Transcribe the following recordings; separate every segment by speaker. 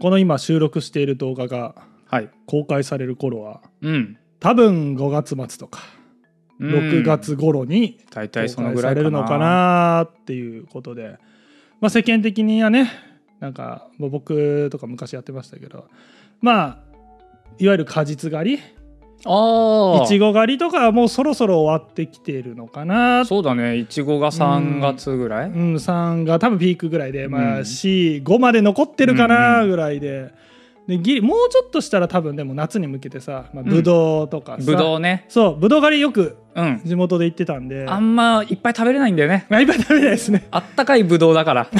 Speaker 1: この今収録している動画が
Speaker 2: はい。
Speaker 1: 公開される頃は
Speaker 2: うん。
Speaker 1: 多分5月末とか
Speaker 2: うん
Speaker 1: 6月。頃に
Speaker 2: 大
Speaker 1: 公
Speaker 2: 体
Speaker 1: 開
Speaker 2: そのぐら
Speaker 1: さ
Speaker 2: い
Speaker 1: れるのか。なっていうことで、まあ、世間的にはねなんかまあ僕とか昔やってましたけどまあいわゆる果実狩り
Speaker 2: ああ。
Speaker 1: いちご狩りとかはもうそろそろ終わってきているのかな
Speaker 2: そうだね。いちごが3月ぐら
Speaker 1: う
Speaker 2: い。
Speaker 1: ん、3が多分ピークぐらいで、まあ、
Speaker 2: うん
Speaker 1: 45まで残ってるか
Speaker 2: うん
Speaker 1: な
Speaker 2: うん
Speaker 1: ぐらいで,、でギリもうちょっとしたら多分でも夏に向けてさ、まあ、ブドウとかさ、
Speaker 2: ぶどうね。
Speaker 1: そうブドウ狩りよく
Speaker 2: うん。
Speaker 1: 地元で行ってたんで
Speaker 2: あんまいっぱい食べれないんだよね。
Speaker 1: まあいっぱい食べないですね
Speaker 2: あったかいぶどうだから日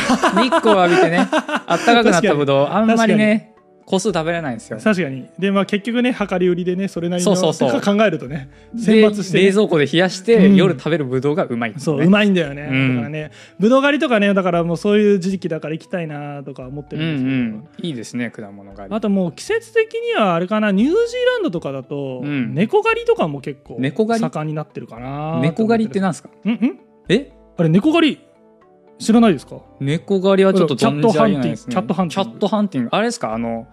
Speaker 2: 光を浴びてねあったかくなったぶどうあんまりね個数食べれないんですよ
Speaker 1: 確かにでまあ結局ね量り売りでねそれなり
Speaker 2: そ
Speaker 1: の
Speaker 2: うそうそう
Speaker 1: とか考えるとね選
Speaker 2: で
Speaker 1: 抜してね、
Speaker 2: 冷蔵庫で冷やして、
Speaker 1: うん
Speaker 2: 夜食べるぶどうがうまいってね、
Speaker 1: そううまいんだよね、
Speaker 2: うん
Speaker 1: だからねブドウ狩りとかねだからもうそういう時期だから行きたいなとか思って
Speaker 2: うん
Speaker 1: るんですけど、
Speaker 2: うんいいですね果物狩り
Speaker 1: あともう季節的にはあれかなニュージーランドとかだと
Speaker 2: うん
Speaker 1: 猫狩りとかも結構
Speaker 2: 猫狩り
Speaker 1: 盛んになってるかな
Speaker 2: 猫狩りって
Speaker 1: な
Speaker 2: なんですか
Speaker 1: うんうん
Speaker 2: え
Speaker 1: あれ猫狩り知らないですか
Speaker 2: 猫狩りはちょっと
Speaker 1: キャ
Speaker 2: 存
Speaker 1: ッ
Speaker 2: じ
Speaker 1: トハ
Speaker 2: 上
Speaker 1: ンティング
Speaker 2: げないですね
Speaker 1: キャットハンティング
Speaker 2: キャットハンティングあれですかあの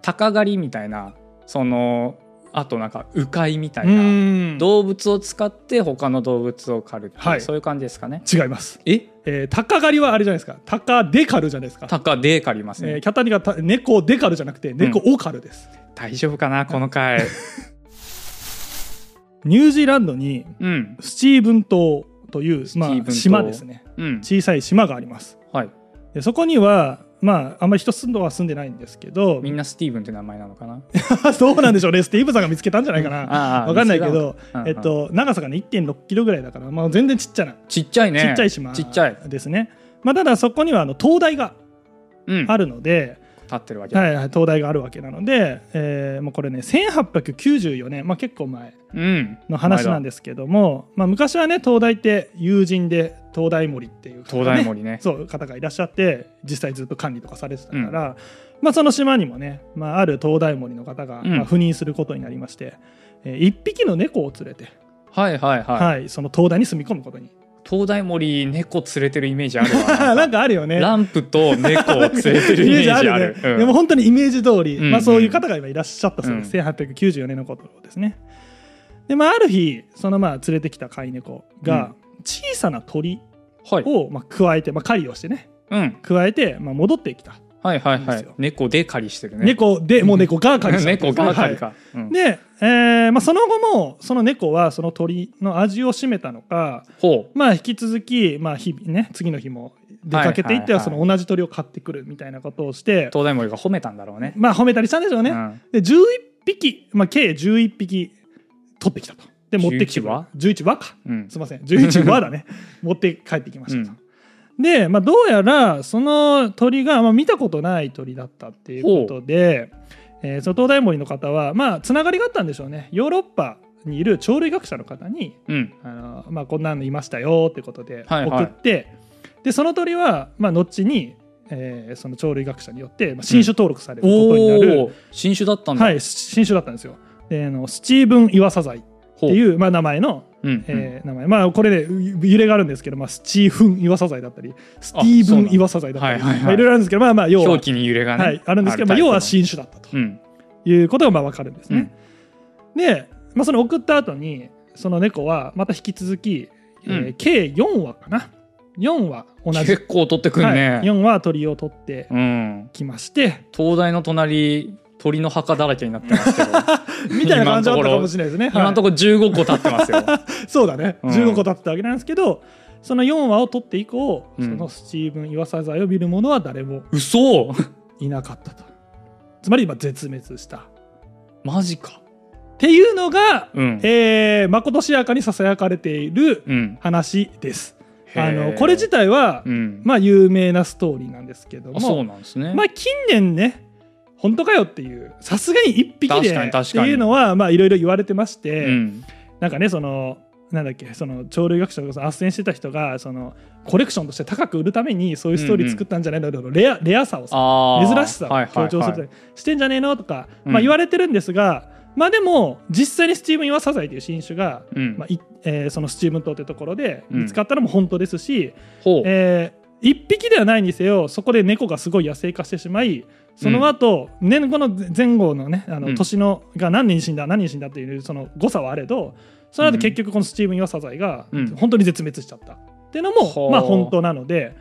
Speaker 2: 鷹狩りみたいなそのあとなんか鵜飼いみたいな
Speaker 1: ん
Speaker 2: 動物を使って他の動物を狩るっていう、
Speaker 1: はい
Speaker 2: そういう感じですかね
Speaker 1: 違います
Speaker 2: え
Speaker 1: えー、鷹狩りはあれじゃないですか鷹で狩るじゃないですか、
Speaker 2: 鷹で狩りますね
Speaker 1: えー、キャタニがた猫で狩るじゃなくて猫を狩るです、
Speaker 2: 大丈夫かなこ の回
Speaker 1: ニュージーランドに
Speaker 2: うん
Speaker 1: スチーブン島という
Speaker 2: チーブン島
Speaker 1: まあ、島ですね
Speaker 2: うん
Speaker 1: 小さい島があります
Speaker 2: はい
Speaker 1: でそこにはまああんまり人住んでは住んでないんですけど
Speaker 2: みんなスティーブンって名前なのかな
Speaker 1: どうなんでしょうねスティーブンさんが見つけたんじゃないかな
Speaker 2: あ
Speaker 1: わかんないけど、
Speaker 2: うんうん
Speaker 1: えっと、長さがね1.6キロぐらいだから、まあ、全然ちっちゃな、
Speaker 2: ちっちゃいね
Speaker 1: ちっちゃい島
Speaker 2: ちっちゃい
Speaker 1: ですね、まあ、ただそこにはあの灯台が
Speaker 2: うん
Speaker 1: あるので、
Speaker 2: 立ってるわけだ
Speaker 1: はいはい、灯台があるわけなので、えーもうこれね1894年、まあ、結構前
Speaker 2: うん
Speaker 1: の話なん
Speaker 2: で
Speaker 1: ですけども、まあ、昔はね灯台って友人で灯台森っていう方
Speaker 2: 東
Speaker 1: がね
Speaker 2: 大森ね
Speaker 1: そう方がいらっしゃって実際ずっと管理とかされてたから、まあ、その島にもね、まあ、ある灯台森の方が、
Speaker 2: うん
Speaker 1: まあ、赴任することになりまして、えー一匹の猫を連れて、
Speaker 2: はいはいはい、
Speaker 1: はいその灯台に住み込むことに
Speaker 2: 東大森猫連れてるイメージある
Speaker 1: あ
Speaker 2: わ
Speaker 1: なんかあるよね
Speaker 2: ランプと猫を連れてるイメージある
Speaker 1: ねでも本当にイメージ通り、
Speaker 2: うん
Speaker 1: まあ、そういう方が今いらっしゃったそうです、
Speaker 2: う
Speaker 1: 1894年のことですねで、まあ、ある日そのまあ連れてきた飼い猫が小さな鳥
Speaker 2: うんはい、
Speaker 1: をまあ加えて、まあ、狩りをしてね
Speaker 2: うん、
Speaker 1: 加えて、まあ、戻ってきた
Speaker 2: はいはい
Speaker 1: いいで
Speaker 2: は
Speaker 1: す
Speaker 2: い
Speaker 1: よ
Speaker 2: 猫で狩りしてるね
Speaker 1: 猫でもう猫が狩りした
Speaker 2: 猫が狩り
Speaker 1: は
Speaker 2: か、うん
Speaker 1: いで、えーまあ、その後もその猫はその鳥の味を占めたのか、
Speaker 2: ほ
Speaker 1: まあ、引き続き、まあ、日々ね次の日も出かけていっては
Speaker 2: はいはいはい
Speaker 1: その同じ鳥を買ってくるみたいなことをして
Speaker 2: う、東大森が褒めたんだろうね
Speaker 1: まあ、褒めたりしたんでしょうね、
Speaker 2: うん
Speaker 1: で11匹、まあ、計11匹取ってきたとで持ってきて
Speaker 2: 11羽
Speaker 1: ?11 羽か
Speaker 2: うん
Speaker 1: すいません11羽 だね持って帰ってきましたと、で、まあ、どうやらその鳥が、まあ、見たことない鳥だったっていうことで、えーその東大森の方はまあつながりがあったんでしょうねヨーロッパにいる鳥類学者の方に
Speaker 2: うん
Speaker 1: あの、まあ、こんなのいましたよってことで
Speaker 2: はいは
Speaker 1: 送
Speaker 2: い
Speaker 1: って、でその鳥は、まあ、後に、えーその鳥類学者によって、まあ、新種登録されることになる、
Speaker 2: おー新種だったんだ、
Speaker 1: はい、新種だったんですよ。であのスチーブン・岩サザイって
Speaker 2: ほう
Speaker 1: いう、まあ、名前の、
Speaker 2: うんうん
Speaker 1: えー名前、まあ、これで、ゆ揺れがあるんですけど、まあ、スチーフン・岩サザイだったりスティーブン・岩サザイだったり
Speaker 2: そうなんだはいはいはい
Speaker 1: まあいろいろあるんですけど、まあ、まあ要は、
Speaker 2: 表記に揺れがね、
Speaker 1: はい、あるんですけど、まあ、
Speaker 2: タイプ
Speaker 1: 要
Speaker 2: の
Speaker 1: は新種だったと
Speaker 2: うん
Speaker 1: いうことがまあ分かるんですね。で、まあ、その送った後にその猫はまた引き続き、えー
Speaker 2: うん
Speaker 1: 計4羽かな4羽同じ、
Speaker 2: 結構取ってくんね、
Speaker 1: はい、4羽鳥を取って
Speaker 2: うん
Speaker 1: きまして、
Speaker 2: 東大の隣鳥の墓だらけになってますけど
Speaker 1: みたいな感じだったかもしれないですね。
Speaker 2: 今
Speaker 1: はい
Speaker 2: のところ15個立ってま すよ
Speaker 1: そうだね
Speaker 2: うん
Speaker 1: 15個経ってたわけなんですけど、その4話を取って以降、
Speaker 2: うん
Speaker 1: そのスチーブン・岩佐材を見る者は誰も
Speaker 2: 嘘
Speaker 1: いなかったとつまり今絶滅したっ
Speaker 2: マジか
Speaker 1: ていうのが、
Speaker 2: うん
Speaker 1: えーまことしやかにささやかれている
Speaker 2: うん
Speaker 1: 話です、
Speaker 2: へー
Speaker 1: あのこれ自体は、
Speaker 2: うん
Speaker 1: まあ有名なストーリーなんですけど
Speaker 2: あそう
Speaker 1: も
Speaker 2: なんですね、
Speaker 1: まあ近年ね本当かよっていうさすがに1匹で
Speaker 2: 確かに確かに
Speaker 1: っていうのはまあいろいろ言われてまして、
Speaker 2: うん
Speaker 1: なんかねそのなんだっけその鳥類学者とか斡旋してた人がそのコレクションとして高く売るためにそういうストーリー作ったんじゃないの、とかレアレアさをさ
Speaker 2: あー
Speaker 1: 珍しさ
Speaker 2: はい
Speaker 1: を
Speaker 2: はいは
Speaker 1: 強調
Speaker 2: い
Speaker 1: するためにしてんじゃねえのとか、
Speaker 2: うん
Speaker 1: まあ、言われてるんですが、まあでも実際にスチーブン・岩サザイという新種が、
Speaker 2: うん
Speaker 1: まあいえーそのスチーブン島というところで
Speaker 2: うん
Speaker 1: 見つかったのも本当ですし、
Speaker 2: ほう、
Speaker 1: え1匹ではないにせよそこで猫がすごい野生化してしまいその後、年後の前後のねあ
Speaker 2: う
Speaker 1: の
Speaker 2: ん
Speaker 1: 年のが何人死んだ何人死んだっていうその誤差はあれどその後結局このスチーブン・ヨサザイが
Speaker 2: うん
Speaker 1: 本当に絶滅しちゃったっていうの
Speaker 2: ほ
Speaker 1: も、
Speaker 2: う
Speaker 1: まあ本当なので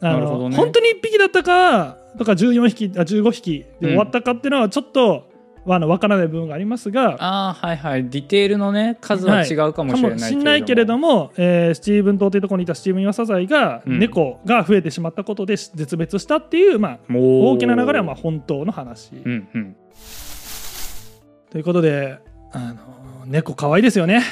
Speaker 1: あ
Speaker 2: なるほ
Speaker 1: の
Speaker 2: どね
Speaker 1: 本当に1匹だったかとか14匹あ15匹で終わったかっていうのはちょっと、あの分からない部分がありますが
Speaker 2: ああはいはいディテールのね数は違うかも
Speaker 1: か
Speaker 2: しれな
Speaker 1: も
Speaker 2: い
Speaker 1: しんないけれど
Speaker 2: も
Speaker 1: も、えースチーブン島というところにいたスチーブン・ヨサザイが、
Speaker 2: うん
Speaker 1: 猫が増えてしまったことで絶滅したっていう、まあ、
Speaker 2: もう
Speaker 1: 大きな流れはまあ本当の話。
Speaker 2: うんうん
Speaker 1: ということであの猫可愛いですよね。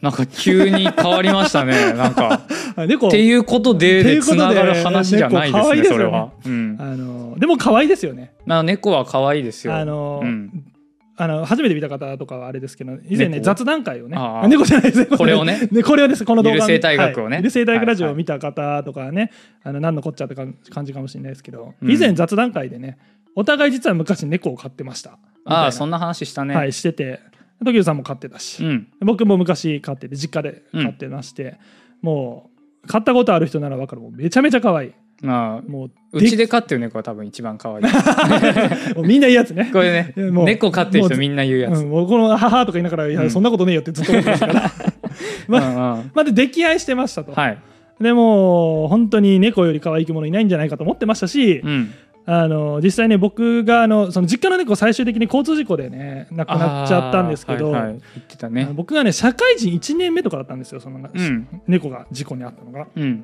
Speaker 2: なんか急に変わりまし たねなんか
Speaker 1: あ猫
Speaker 2: っていうことで
Speaker 1: ってい
Speaker 2: で
Speaker 1: うこと
Speaker 2: つ
Speaker 1: で
Speaker 2: ながる話じゃないです
Speaker 1: 猫可愛い
Speaker 2: ね
Speaker 1: ですよ
Speaker 2: そ
Speaker 1: ね
Speaker 2: れは、うん、
Speaker 1: あのでも可愛いですよね。
Speaker 2: まあ猫は可愛いですよ
Speaker 1: あの、
Speaker 2: うん
Speaker 1: あの初めて見た方とかはあれですけど以前ね
Speaker 2: 猫
Speaker 1: 雑談会をね
Speaker 2: あ
Speaker 1: あ
Speaker 2: あ
Speaker 1: 猫じゃないです
Speaker 2: これを ね
Speaker 1: ねこれをですこの動画
Speaker 2: ゆる生態学をね
Speaker 1: はいゆる生態学ラジオ
Speaker 2: はい
Speaker 1: を見た方とかはね、あの何のこっちゃって感じかもしれないですけど、
Speaker 2: うん
Speaker 1: 以前雑談会でねお互い実は昔猫を飼ってました
Speaker 2: ああそ
Speaker 1: ん
Speaker 2: んな話したね、
Speaker 1: はいしてて時生さんも飼ってたし、
Speaker 2: うん
Speaker 1: 僕も昔飼ってて実家で飼ってまして、もう飼ったことある人ならわかるもうめちゃめちゃ可愛い
Speaker 2: まあ
Speaker 1: もう
Speaker 2: うちで飼ってる猫は多分一番 可愛い
Speaker 1: もうみんな言うやつね
Speaker 2: これね
Speaker 1: いやもう
Speaker 2: 猫飼ってる人みんな言うやつ、
Speaker 1: うん、もうこの母とか言いながら「いや
Speaker 2: うん
Speaker 1: そんなことねえよ」ってずっと思ってましたから
Speaker 2: うんう
Speaker 1: まあ
Speaker 2: ん
Speaker 1: まあで溺愛してましたと、
Speaker 2: はい、
Speaker 1: でもう本当に猫より可愛い生き物いないんじゃないかと思ってましたし、
Speaker 2: うん、
Speaker 1: あの実際ね僕があのその実家の猫最終的に交通事故でね亡くなっちゃったんですけど、
Speaker 2: あーはいはい、言ってた
Speaker 1: あの
Speaker 2: ね
Speaker 1: 僕がね社会人1年目とかだったんですよその、
Speaker 2: うん
Speaker 1: 猫が事故に遭ったのが
Speaker 2: うん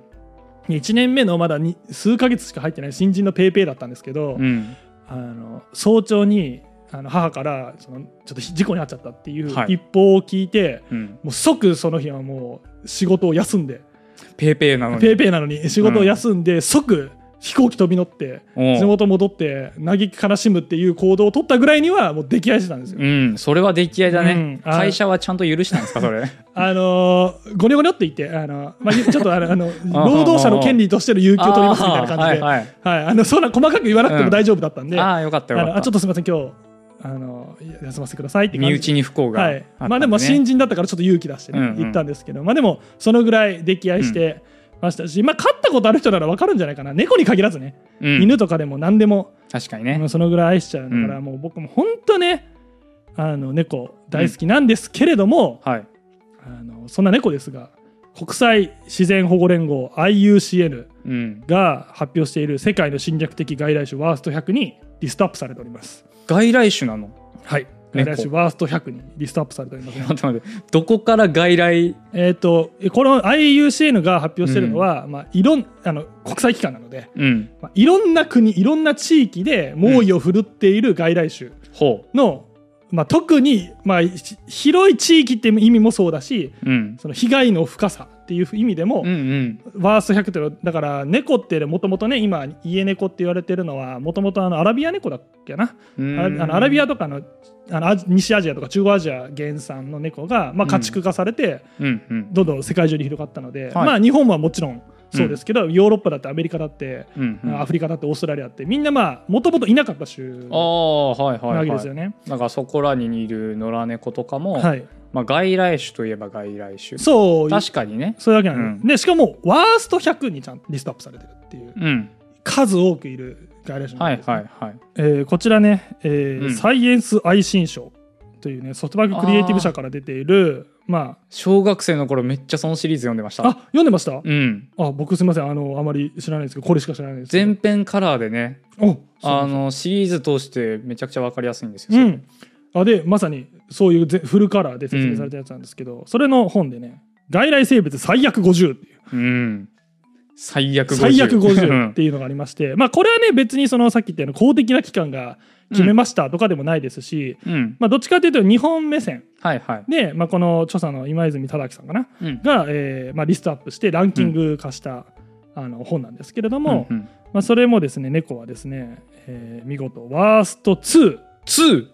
Speaker 1: 1年目のまだに数ヶ月しか入ってない新人のペイペイだったんですけど、
Speaker 2: うん
Speaker 1: あの早朝にあの母からそのちょっと事故に遭っちゃったっていう
Speaker 2: はい
Speaker 1: 一報を聞いて、
Speaker 2: うん
Speaker 1: もう即その日はもう仕事を休んで
Speaker 2: ペーペーなのに
Speaker 1: ペイペイなのに仕事を休んで、即飛行機飛び乗って
Speaker 2: おう
Speaker 1: 地元戻って嘆き悲しむっていう行動を取ったぐらいにはもう溺愛してたんですよ。
Speaker 2: うんそれは出来合いだね、
Speaker 1: うんあー
Speaker 2: 会社はちゃんと許したんです かそれ
Speaker 1: あのー、ゴニョゴニョって言ってあの、まあ、ゆちょっとあのあの
Speaker 2: ああ
Speaker 1: 労働者の権利としての有給を取りますみたいな感じで、
Speaker 2: あーはいはい
Speaker 1: はいあのそんな細かく言わなくて
Speaker 2: うん
Speaker 1: も大丈夫だったんで、
Speaker 2: ああよかったよ
Speaker 1: あ
Speaker 2: か
Speaker 1: の
Speaker 2: った
Speaker 1: あちょっとすみません今日あのいや休ませてくださいって感
Speaker 2: 身
Speaker 1: じ
Speaker 2: 内に不幸があ
Speaker 1: は
Speaker 2: ったん
Speaker 1: い
Speaker 2: ね、
Speaker 1: まあでも新人だったからちょっと勇気出してね、
Speaker 2: うんうん
Speaker 1: 行ったんですけどまあでもそのぐらい溺愛してましたし、まあ飼ったことある人なら分かるんじゃないかな猫に限らずね、
Speaker 2: うん
Speaker 1: 犬とかでも何でも、
Speaker 2: 確かに
Speaker 1: ま
Speaker 2: ね
Speaker 1: あそのぐらい愛しちゃうんだから、
Speaker 2: う
Speaker 1: もう僕も本当ねあの猫大好きなんですけれども、
Speaker 2: はい
Speaker 1: あのそんな猫ですが国際自然保護連合 IUCN
Speaker 2: うん
Speaker 1: が発表している世界の侵略的外来種ワースト100にリストアップされております。
Speaker 2: 外来種なの
Speaker 1: はい、外来
Speaker 2: 猫
Speaker 1: 種ワースト100にリストアップされております、
Speaker 2: 待って待ってどこから外来
Speaker 1: えー、とえこの IUCN が発表しているのは、まあ、いろんあの国際機関なので、
Speaker 2: うん
Speaker 1: まあ、いろんな国いろんな地域で猛威を振るっている外来種
Speaker 2: ほ
Speaker 1: の、まあ、特に、まあ、ひ広い地域って意味もそうだし
Speaker 2: ううん
Speaker 1: その被害の深さっていう意味でも、
Speaker 2: うんうん
Speaker 1: ワースト100っていうのはだから猫ってもともとね今家猫って言われてるのはもともとアラビア猫だっけな
Speaker 2: うん
Speaker 1: アラあのアラビアとかのあのアジ西アジアとか中央アジア原産の猫が、まあ、家畜化されて、
Speaker 2: うんうん
Speaker 1: どんどん世界中に広がったので、
Speaker 2: はい
Speaker 1: まあ日本はもちろんそうですけど、ヨーロッパだってアメリカだって、
Speaker 2: うんうん
Speaker 1: アフリカだってオーストラリアだってみんなまあもともといなかった種
Speaker 2: あ
Speaker 1: な
Speaker 2: あはいはい、は
Speaker 1: わ
Speaker 2: い、
Speaker 1: けですよね。
Speaker 2: なんかそこらにいる野良猫とかも、
Speaker 1: はい、
Speaker 2: まあ、外来種といえば外来種
Speaker 1: そう
Speaker 2: 確かにね
Speaker 1: そういうわけなんで,、
Speaker 2: うん
Speaker 1: でしかもワースト100にちゃんとリストアップされてるっていう
Speaker 2: うん
Speaker 1: 数多くいる外来種な
Speaker 2: は
Speaker 1: ん
Speaker 2: い
Speaker 1: ですね、
Speaker 2: はいはい
Speaker 1: えーこちらね、えー
Speaker 2: うん
Speaker 1: サイエンス愛心賞というねソフトバンククリエイティブ社から出ているま
Speaker 2: 小学生の頃めっちゃそのシリーズ読んでまし
Speaker 1: ああ
Speaker 2: た
Speaker 1: 読んでました、
Speaker 2: うん
Speaker 1: あ僕すみませんあのあまり知らないですけどこれしか知らないですけど
Speaker 2: 全編カラーでね
Speaker 1: おそう
Speaker 2: あのシリーズ通してめちゃくちゃわかりやすいんですよ、
Speaker 1: う
Speaker 2: それ
Speaker 1: ん、あでまさにそういうぜフルカラーで説明されたやつなんですけど、それの本でね「外来生物最悪50」っていう
Speaker 2: うん、最悪50
Speaker 1: 最悪
Speaker 2: うん
Speaker 1: 50っていうのがありまして、まあこれはね別にそのさっき言ったような公的な機関が決めましたとかでもないですし、
Speaker 2: うん、
Speaker 1: まあ、どっちかというと日本目線
Speaker 2: はいはい、
Speaker 1: で、まあ、この著者の今泉忠明さんかな
Speaker 2: うん、
Speaker 1: が、えーまあ、リストアップしてランキング化した、あの本なんですけれども、
Speaker 2: うんうん
Speaker 1: まあ、それもですね猫はですね、えー見事ワースト2
Speaker 2: 2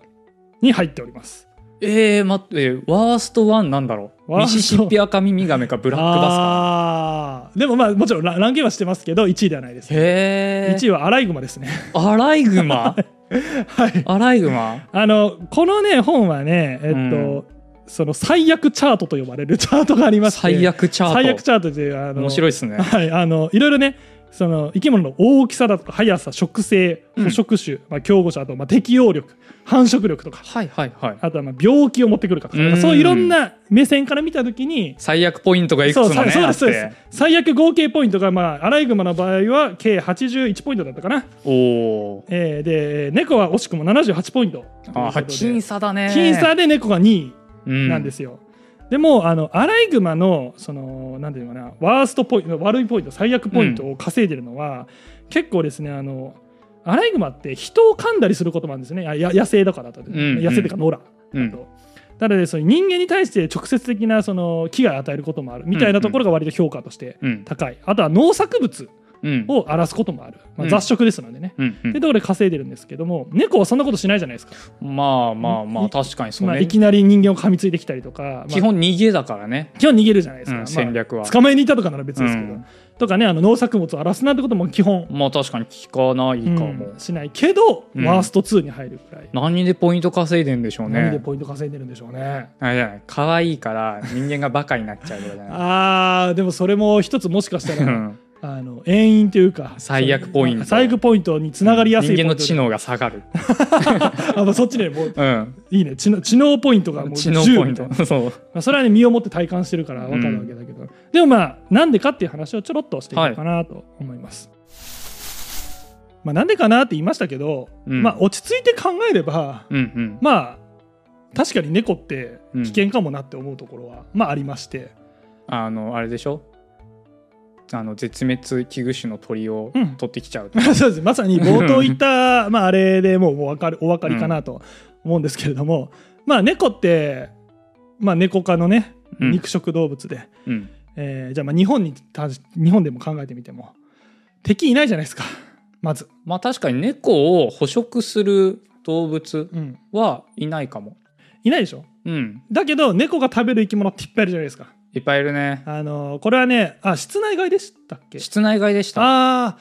Speaker 1: に入っております。
Speaker 2: えー、待ってワースト1なんだろう
Speaker 1: ワ
Speaker 2: ミ
Speaker 1: ースト
Speaker 2: シシッピアカミミガメかブラックバスか
Speaker 1: あーでもまあもちろんラランキングはしてますけど1位ではないです。
Speaker 2: へ
Speaker 1: 1
Speaker 2: え
Speaker 1: 位はアライグマです ね。
Speaker 2: アライ グマ
Speaker 1: はい。
Speaker 2: アライグマ
Speaker 1: あのこのね本はねえっと、その最悪チャートと呼ばれるチャートがありまして
Speaker 2: 最悪チャート
Speaker 1: 最悪チャートというあの
Speaker 2: 面白いですね
Speaker 1: はいあのいろいろねその生き物の大きさだとか速さ食性
Speaker 2: うん
Speaker 1: 捕食種、まあ、競合者あとまあ適応力繁殖力とか
Speaker 2: はいはいはい
Speaker 1: あとはまあ病気を持ってくるかとか
Speaker 2: うん
Speaker 1: そういういろんな目線から見た時に
Speaker 2: 最悪ポイントがいくつ
Speaker 1: そ
Speaker 2: も
Speaker 1: うそう
Speaker 2: ね
Speaker 1: そう
Speaker 2: あ
Speaker 1: で
Speaker 2: っ
Speaker 1: すそうで
Speaker 2: て
Speaker 1: す最悪合計ポイントが、まあ、アライグマの場合は計81ポイントだったかな、
Speaker 2: おお
Speaker 1: えーで猫は惜しくも78ポイントということ
Speaker 2: あ
Speaker 1: で
Speaker 2: 僅差だね
Speaker 1: 僅差で猫が2位な
Speaker 2: なん、
Speaker 1: ですすよ。でもあのアライグマのそのなんていうのかなワーストポイント悪いポイント最悪ポイントを稼いでるのは、結構ですねあのアライグマって人を噛んだりすることもあるんですねあや野生だからだと、
Speaker 2: んうん
Speaker 1: 野生というか野良だと。
Speaker 2: うん
Speaker 1: ただねその人間に対して直接的なその危害を与えることもあるみたいなところが割と評価として
Speaker 2: うん
Speaker 1: 高い、あとは農作物
Speaker 2: うん
Speaker 1: を荒らすこともある、まあ、
Speaker 2: うん
Speaker 1: 雑食ですのでね、
Speaker 2: うん
Speaker 1: ってところで稼いでるんですけども猫はそんなことしないじゃないですか、
Speaker 2: まあまあま
Speaker 1: い
Speaker 2: あ確かにそうね、
Speaker 1: まあ、いきなり人間を噛みついてきたりとか、まあ
Speaker 2: 基本逃げだからね、
Speaker 1: 基本逃げるじゃないですか、
Speaker 2: うん戦略は
Speaker 1: まあ、捕まえに行ったとかなら別ですけど、
Speaker 2: うん
Speaker 1: とかねあの農作物を荒らすなんてことも基本、
Speaker 2: まあ確かに聞かないかも、
Speaker 1: うんしないけど、
Speaker 2: うん
Speaker 1: ワースト2に入るくらい、
Speaker 2: 何でポイント稼いでんでしょう
Speaker 1: 何
Speaker 2: ね
Speaker 1: でポイント稼いでるんでしょうね
Speaker 2: あれじゃない可愛いから人間がバカになっちゃうとかじゃない
Speaker 1: あーでもそれも一つもしかした
Speaker 2: う
Speaker 1: ら
Speaker 2: ん
Speaker 1: あの遠因というか
Speaker 2: 最悪ポイント
Speaker 1: 最悪ポイントにつながりやすい
Speaker 2: 人間の知
Speaker 1: 能
Speaker 2: 能が下がる、
Speaker 1: あまあそっちねもう
Speaker 2: うん、
Speaker 1: いいね知能知能ポイントがもう
Speaker 2: 知能
Speaker 1: 10
Speaker 2: ポイン
Speaker 1: みたいな
Speaker 2: トそう
Speaker 1: まあ、それはね身をもって体感してるから分かるわけだけど、でもまあなんでかっていう話をちょろっとしていこうかなと思います。まあ、なんでかなって言いましたけど、
Speaker 2: うん
Speaker 1: まあ、落ち着いて考えれば、
Speaker 2: うんうん
Speaker 1: まあ確かに猫って
Speaker 2: うん
Speaker 1: 危険かもなって思うところは、まあありまして、
Speaker 2: あのあれでしょあの絶滅危惧種の鳥を
Speaker 1: うん
Speaker 2: 取ってきちゃうと、
Speaker 1: そうですまさに冒頭言 ったまああれでもうもうお分かりお分かりかなと思うんですけれども、まあ猫って、まあ、猫科のね
Speaker 2: うん
Speaker 1: 肉食動物で、
Speaker 2: うん
Speaker 1: えーじゃあまあ日本にた日本でも考えてみても敵いないじゃないですか まず、
Speaker 2: まあ確かに猫を捕食する動物はいないかも
Speaker 1: いないでしょ
Speaker 2: うん
Speaker 1: だけど猫が食べる生き物っていっぱいいるじゃないですか、
Speaker 2: いっぱいいるね
Speaker 1: あのーこれはねあ室内外でしたっけ
Speaker 2: 室内外でした
Speaker 1: あー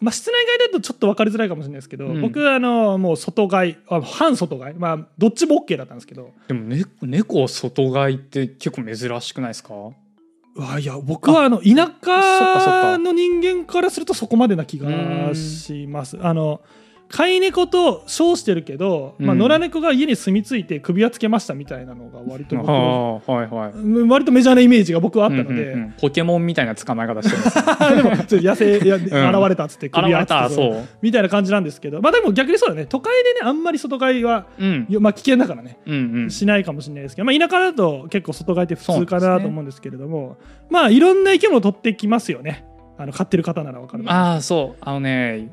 Speaker 1: まあ、室内外だとちょっと分かりづらいかもしれないですけど、
Speaker 2: うん
Speaker 1: 僕はあのーもう外外あ半外外、まあ、どっちも OK だったんですけど
Speaker 2: でも、ね、猫を外外って結構珍しくないですか
Speaker 1: うわいや僕はあの田
Speaker 2: そっかそっ
Speaker 1: 舎
Speaker 2: か
Speaker 1: の人間からするとそこまでな気がします。あの飼い猫と称してるけど、まあ、
Speaker 2: うん
Speaker 1: 野良猫が家に住み着いて首輪つけましたみたいなのが割と僕
Speaker 2: ああはいはい
Speaker 1: うん割とメジャーなイメージが僕はあ
Speaker 2: あ
Speaker 1: ったので、
Speaker 2: ポケモンみたいな捕まえ方してます
Speaker 1: でもちょっと野生い や現れたっつって
Speaker 2: 現
Speaker 1: 首輪
Speaker 2: れ
Speaker 1: つけ
Speaker 2: た
Speaker 1: てそう
Speaker 2: そう
Speaker 1: みたいな感じなんですけど、まあ、でも逆にそうだね都会でねあんまり外飼いは、
Speaker 2: うん
Speaker 1: まあ、危険だからね
Speaker 2: うんうん
Speaker 1: しないかもしれないですけど、まあ、田舎だと結構外側って普通か
Speaker 2: そう
Speaker 1: な
Speaker 2: なんですね
Speaker 1: と思うんですけれども、まあいろんな生き物を取ってきますよねあの飼ってる方ならわかるあ
Speaker 2: ああそうあのね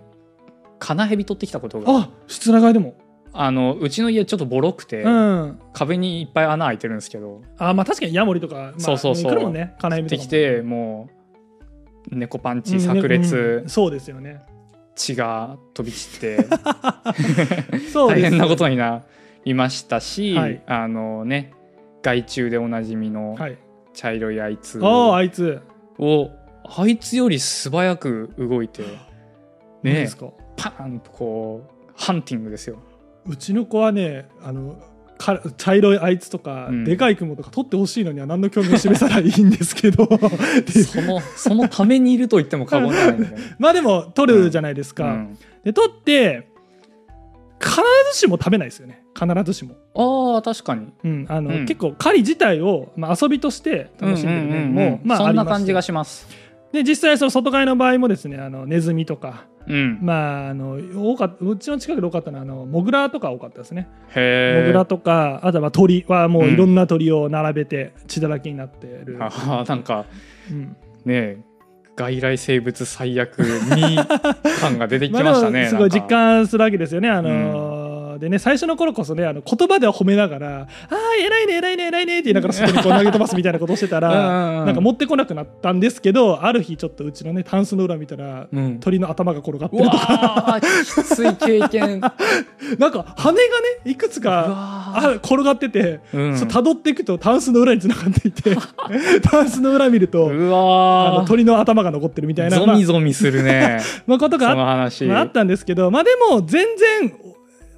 Speaker 2: カナヘビ取ってきたことが
Speaker 1: あ室内外でも、
Speaker 2: あのうちの家ちょっとボロくて、
Speaker 1: うん
Speaker 2: 壁にいっぱい穴開いてるんですけど
Speaker 1: あまあ確かにヤモリとか、まあ、
Speaker 2: そうそうそう
Speaker 1: 来るもんね金
Speaker 2: 取
Speaker 1: 指
Speaker 2: っ
Speaker 1: と
Speaker 2: て
Speaker 1: かも
Speaker 2: きてもう猫パン
Speaker 1: う
Speaker 2: チ
Speaker 1: ん
Speaker 2: 炸
Speaker 1: う
Speaker 2: 裂
Speaker 1: んそうですよね
Speaker 2: 血が飛び散 って
Speaker 1: そう
Speaker 2: 大
Speaker 1: です
Speaker 2: 変なことになりましたし、
Speaker 1: はい
Speaker 2: あのね害虫でおなじみの
Speaker 1: はい
Speaker 2: 茶色いあいつ
Speaker 1: あああいつ
Speaker 2: をあいつより素早く動 いて
Speaker 1: 何で
Speaker 2: ね
Speaker 1: すか
Speaker 2: パーンとこうハンティングですよ
Speaker 1: うちの子はねあのか茶色いあいつとか、
Speaker 2: うん
Speaker 1: でかい雲とか取ってほしいのには何の興味を示さないいんですけどっていう
Speaker 2: そのそのためにいると言っても過言じゃないんだ よね
Speaker 1: まあでも取るじゃないです
Speaker 2: う
Speaker 1: か、
Speaker 2: ん
Speaker 1: で取って必ずしも食べないですよね必ずしも、
Speaker 2: ああ確かに
Speaker 1: うんあの
Speaker 2: うん
Speaker 1: 結構狩り自体を、まあ、遊びとして楽しんでる面も、まあ、
Speaker 2: そんな
Speaker 1: ありまして
Speaker 2: 感じがします。
Speaker 1: で実際その外飼いの場合もですねあのネズミとか、
Speaker 2: うん、
Speaker 1: まあ、あの多かっうちの近くで多かったのはあのモグラとか多かったですね、モ
Speaker 2: へ
Speaker 1: グ
Speaker 2: え
Speaker 1: ラ。とかあとはまあ鳥はもう
Speaker 2: うん
Speaker 1: いろんな鳥を並べて血だらけになってる、
Speaker 2: あーなんか
Speaker 1: うん
Speaker 2: ね外来生物最悪に感が出てき ました
Speaker 1: あでも
Speaker 2: ね。
Speaker 1: すごい
Speaker 2: なん
Speaker 1: 実
Speaker 2: か
Speaker 1: 感するわけですよね。あのーでね最初の頃こそねあの言葉では褒めながら「あー偉いね偉いね偉いね」って言いながら外にこう投げ飛ばすみたいなことをしてた
Speaker 2: うんうんう
Speaker 1: ら
Speaker 2: ん
Speaker 1: なんか持ってこなくなったんですけどある日ちょっとうちのねタンスの裏見たら。
Speaker 2: うん。
Speaker 1: 鳥の頭が転がって
Speaker 2: う
Speaker 1: ると
Speaker 2: わ
Speaker 1: か
Speaker 2: ーきつい経 験。うわ
Speaker 1: なんか羽がねいくつかあ
Speaker 2: あ。
Speaker 1: 転がってて、
Speaker 2: うん
Speaker 1: そう辿っていくとタンスの裏に繋がってい てタンスの裏見ると
Speaker 2: う
Speaker 1: あ
Speaker 2: わ
Speaker 1: の
Speaker 2: ー。
Speaker 1: 鳥の頭が残ってるみたいな
Speaker 2: ゾミゾミ する
Speaker 1: ま
Speaker 2: ね。
Speaker 1: あまあこと
Speaker 2: そ
Speaker 1: があっ
Speaker 2: の話。
Speaker 1: まあ、あったんですけど、まあ、でも全然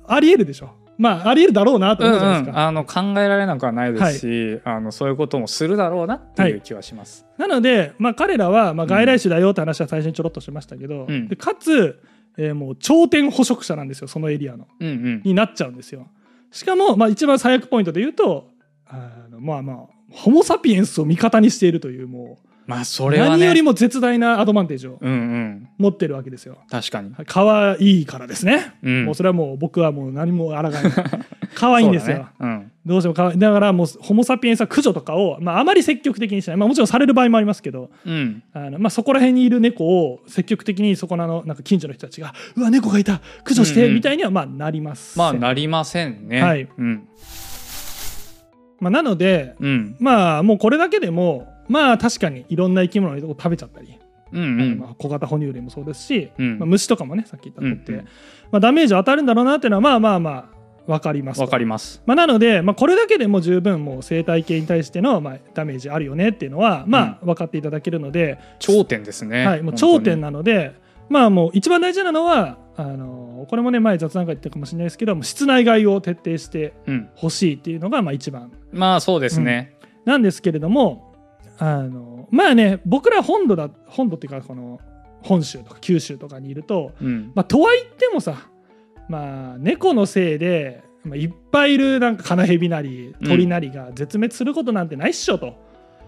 Speaker 1: ありえるでしょまあありえるだろうなと
Speaker 2: う
Speaker 1: 思う
Speaker 2: んう
Speaker 1: じゃないです
Speaker 2: ん、
Speaker 1: か、
Speaker 2: あの考えられなくはないですし、あのそういうこともするだろうなっていう気はします。
Speaker 1: なので、まあ、彼らは、まあ、外来種だよって話は最初にちょろっとしましたけど、
Speaker 2: うん
Speaker 1: でかつ、えーもう頂点捕食者なんですよそのエリアの
Speaker 2: うんうん
Speaker 1: になっちゃうんですよしかも、まあ、一番最悪ポイントで言うとあのまあまあホモ・サピエンスを味方にしているというも、
Speaker 2: まあそうれはね
Speaker 1: 何よりも絶大なアドバンテージを
Speaker 2: うんうん
Speaker 1: 持ってるわけですよ
Speaker 2: 確かに、
Speaker 1: 可愛いからですね、
Speaker 2: うん、
Speaker 1: もうそれはもう僕はもう何も抗えない 可愛いんですよ、
Speaker 2: そうだね
Speaker 1: どうしても可愛いだからもうホモ・サピエンスは駆除とかを、まあ、あまり積極的にしない、まあ、もちろんされる場合もありますけど
Speaker 2: うんうん
Speaker 1: あのまあ、そこら辺にいる猫を積極的にそこのあのなんか近所の人たちが「うわ猫がいた駆除して」
Speaker 2: うんうん
Speaker 1: みたいにはまあなります、
Speaker 2: まあなりませんね。
Speaker 1: はい
Speaker 2: うん
Speaker 1: まあなので
Speaker 2: うん
Speaker 1: まあもうこれだけでもまあ確かにいろんな生き物のとこ食べちゃったり、
Speaker 2: うんうん
Speaker 1: まあ、小型哺乳類もそうですし、
Speaker 2: うん
Speaker 1: まあ、虫とかもねさっき言ったとって、
Speaker 2: うんうん
Speaker 1: まあ、ダメージを与えるんだろうなっていうのはまあまあまあわかりますと
Speaker 2: わかります。
Speaker 1: まあ、なので、まあ、これだけでも十分もう生態系に対してのまあダメージあるよねっていうのはまあ分かっていただけるので、
Speaker 2: 頂点ですね。
Speaker 1: はい、もう頂点な
Speaker 2: な。
Speaker 1: ので、まあもう一番大事なのはあのこれもね前雑談会言ったかもしれないですけどもう室内外を徹底して
Speaker 2: うん
Speaker 1: ほしいっていうのがまあ一番
Speaker 2: まあそうですね。
Speaker 1: なんですけれどもあのまあね僕ら本土だ本土っていうかこの本州とか九州とかにいると、
Speaker 2: うん
Speaker 1: まあ、とはいってもさまあ猫のせいで、まあ、いっぱいいるなんかカナヘビなり鳥なりが絶滅することなんてないっしょと、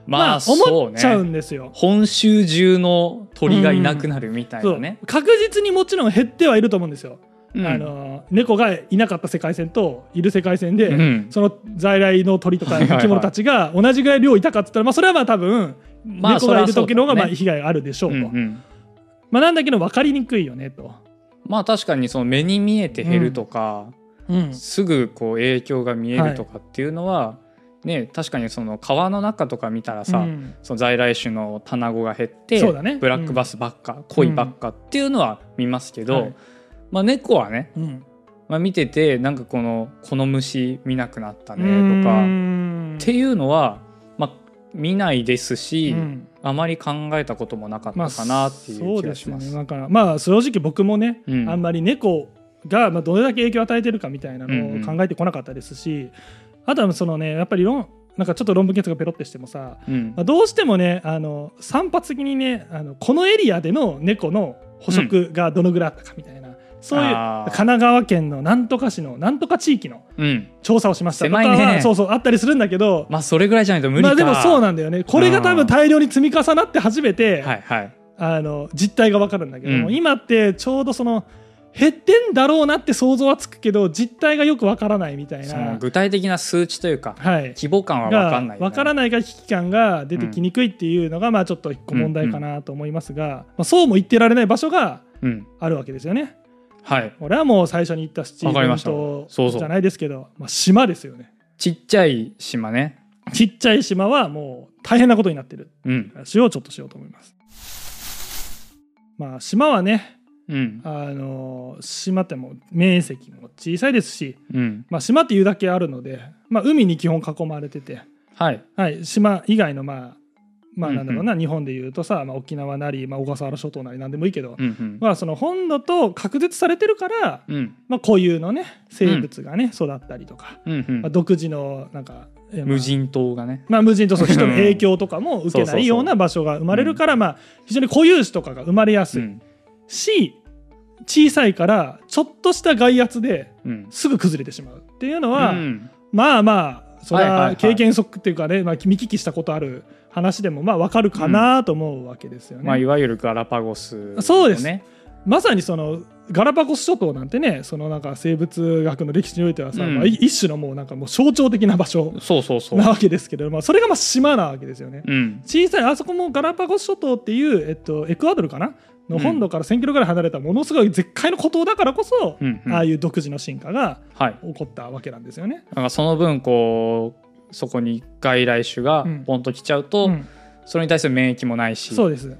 Speaker 2: まあそ
Speaker 1: 思
Speaker 2: う
Speaker 1: っちゃう
Speaker 2: ね。
Speaker 1: んですよ。
Speaker 2: 本州中の鳥がいなくなるみたい
Speaker 1: そ
Speaker 2: な
Speaker 1: う
Speaker 2: ね。
Speaker 1: 確実にもちろん減ってはいると思うんですよ。
Speaker 2: うん
Speaker 1: あの猫がいなかった世界線といる世界線で、
Speaker 2: うん
Speaker 1: その在来の鳥とか
Speaker 2: はいはいは
Speaker 1: 生
Speaker 2: い
Speaker 1: き物たちが同じぐらい量いたかって言ったら、まあ、それはまあ多分
Speaker 2: まあ
Speaker 1: 猫がいる時の方が
Speaker 2: そりゃそうだね
Speaker 1: まあ被害があるでしょうと、
Speaker 2: うんうん
Speaker 1: まあ、なんだけど分かりにくいよねと、
Speaker 2: まあ確かにその目に見えて減るとか、すぐこう影響が見えるとかっていうのは、ね確かにその川の中とか見たらさ、
Speaker 1: うん
Speaker 2: その在来種の棚子が減って、
Speaker 1: そうだね
Speaker 2: ブラックバスばっか、恋ばっかっていうのは見ますけど、
Speaker 1: はい
Speaker 2: まあ、猫はね、
Speaker 1: うん
Speaker 2: まあ、見ててなんかこの「この虫見なくなった
Speaker 1: う
Speaker 2: ね」とかっ
Speaker 1: ん
Speaker 2: ていうのは、まあ、見ないですし、
Speaker 1: うん
Speaker 2: あまり考えたこともなかったかなっていう気がしま。
Speaker 1: そうですねだからまあ正直僕もね、
Speaker 2: うん
Speaker 1: あんまり猫がまあどれだけ影響を与えてるかみたいな
Speaker 2: うんう
Speaker 1: のを
Speaker 2: ん
Speaker 1: 考えてこなかったですし、あとはそのねやっぱり論なんかちょっと論文検索ペロってしてもさ、
Speaker 2: うん
Speaker 1: まあ、どうしてもねあの散発的にねあのこのエリアでの猫の捕食がどのぐらいあったかみたいな、そういう
Speaker 2: あー
Speaker 1: 神奈川県のなんとか市のなんとか地域の
Speaker 2: うん
Speaker 1: 調査をしましたとかは
Speaker 2: 狭いね
Speaker 1: そうそうあったりするんだけど、
Speaker 2: まあそれぐらいじゃないと無理
Speaker 1: まあ
Speaker 2: か、
Speaker 1: でもそう
Speaker 2: な
Speaker 1: なんだよねこれが多分大量に積み重なって初めて、
Speaker 2: はいはい
Speaker 1: あの実態が分かるんだけども、
Speaker 2: うん
Speaker 1: 今ってちょうどその減ってんだろうなって想像はつくけど実態がよく分からないみたい
Speaker 2: その
Speaker 1: な、
Speaker 2: 具体的な数値というか
Speaker 1: はい、
Speaker 2: 規模感は分
Speaker 1: が
Speaker 2: かんない、ね、
Speaker 1: 分からないから危機感が出てきにくいっていうのが、まあちょっと一個問題かなと思いますが、まあ、そうも言ってられない場所が
Speaker 2: うん
Speaker 1: あるわけですよね。
Speaker 2: はい
Speaker 1: 俺はもう最初に言ったスチー
Speaker 2: わか
Speaker 1: ブ
Speaker 2: り
Speaker 1: ン
Speaker 2: ました
Speaker 1: 島
Speaker 2: そうそう
Speaker 1: じゃないですけどまあ、島ですよね。
Speaker 2: ちっちゃい島ね
Speaker 1: ちっちゃい島はもう大変なことになってる
Speaker 2: うん
Speaker 1: 話をちょっとしようと思います。まあ島はね
Speaker 2: うん
Speaker 1: あの島ってもう面積も小さいですし、
Speaker 2: うん
Speaker 1: まあ、島っていうだけあるので、まあ、海に基本囲まれてて、
Speaker 2: はい
Speaker 1: はい、島以外のまあまあ
Speaker 2: うんうん
Speaker 1: なんだろうな、日本でいうとさ、まあ、沖縄なり、まあ、小笠原諸島なりなんでもいいけど、
Speaker 2: うんうん
Speaker 1: まあ、その本土と隔絶されてるから、
Speaker 2: うん
Speaker 1: まあ、固有のね生物がね、育ったりとか、
Speaker 2: うんう
Speaker 1: まあ、
Speaker 2: ん
Speaker 1: 独自のなんか、えーまあ
Speaker 2: 無人島がね
Speaker 1: まあ、無人とその人の
Speaker 2: うん
Speaker 1: 影響とかも受け
Speaker 2: そう
Speaker 1: な
Speaker 2: そうそ
Speaker 1: いうような場所が生まれるから、まあ、非常に固有種とかが生まれやす
Speaker 2: う
Speaker 1: い、
Speaker 2: ん
Speaker 1: し小さいからちょっとした外圧で
Speaker 2: うん
Speaker 1: すぐ崩れてしまうっていうの
Speaker 2: う
Speaker 1: は、
Speaker 2: ん
Speaker 1: まあまあそれ
Speaker 2: はいはいは
Speaker 1: はい経験則っていうかね、まあ、見聞きしたことある話でもまあわかるかなと思うわけですよね。
Speaker 2: まあいわゆるガラパゴスのね
Speaker 1: そうですまさにそのガラパゴス諸島なんてねそのなんか生物学の歴史においてはさ、
Speaker 2: うん
Speaker 1: まあ、い一種のもうなんかもう象徴的な場所
Speaker 2: そうそうそう
Speaker 1: なわけですけれどもそれがまあ島なわけですよね。
Speaker 2: うん
Speaker 1: 小さいあそこもガラパゴス諸島っていう、えっと、エクアドルかなの本土から1,000キロぐらい離れたものすごい絶海の孤島だからこそ、
Speaker 2: うんうん
Speaker 1: ああいう独自の進化が
Speaker 2: はい
Speaker 1: 起こったわけなんですよね。
Speaker 2: なんかその分こうそこに外来種が
Speaker 1: うん
Speaker 2: ポンと来ちゃうと、
Speaker 1: うん
Speaker 2: それに対する免疫もないし
Speaker 1: そうです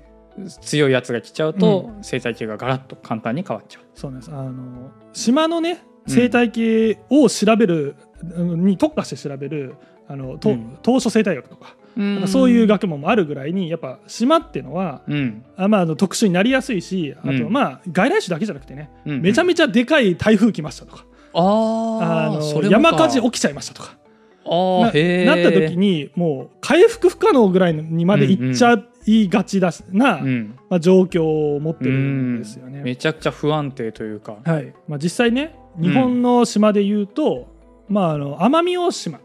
Speaker 2: 強いやつが来ちゃうと、生態系がガラッと簡単に変わっちゃう。
Speaker 1: そうなんですあの島のね生態系を調べる、うんに特化して調べるあのと
Speaker 2: うん
Speaker 1: 島しょ生態学とか,、なんかそういう学問もあるぐらいにやっぱ島っていうのは、
Speaker 2: うん、
Speaker 1: あまあ、あの特殊になりやすいしあと、
Speaker 2: うん
Speaker 1: まあ外来種だけじゃなくてね、
Speaker 2: うん
Speaker 1: めちゃめちゃでかい台風来ましたとか、
Speaker 2: ちあ
Speaker 1: あ
Speaker 2: ーそ
Speaker 1: の
Speaker 2: れもか
Speaker 1: 山火事起きちゃいましたとか
Speaker 2: あー
Speaker 1: な
Speaker 2: へー
Speaker 1: なった時にもう回復不可能ぐらいにまでいっちゃいがちだしな、
Speaker 2: うん
Speaker 1: まあ、状況を持ってるんですよ
Speaker 2: め
Speaker 1: ね。
Speaker 2: ちゃくちゃ不安定というか
Speaker 1: はいまあ、実際ね日本の島で言うと、まあ、あの奄美大島、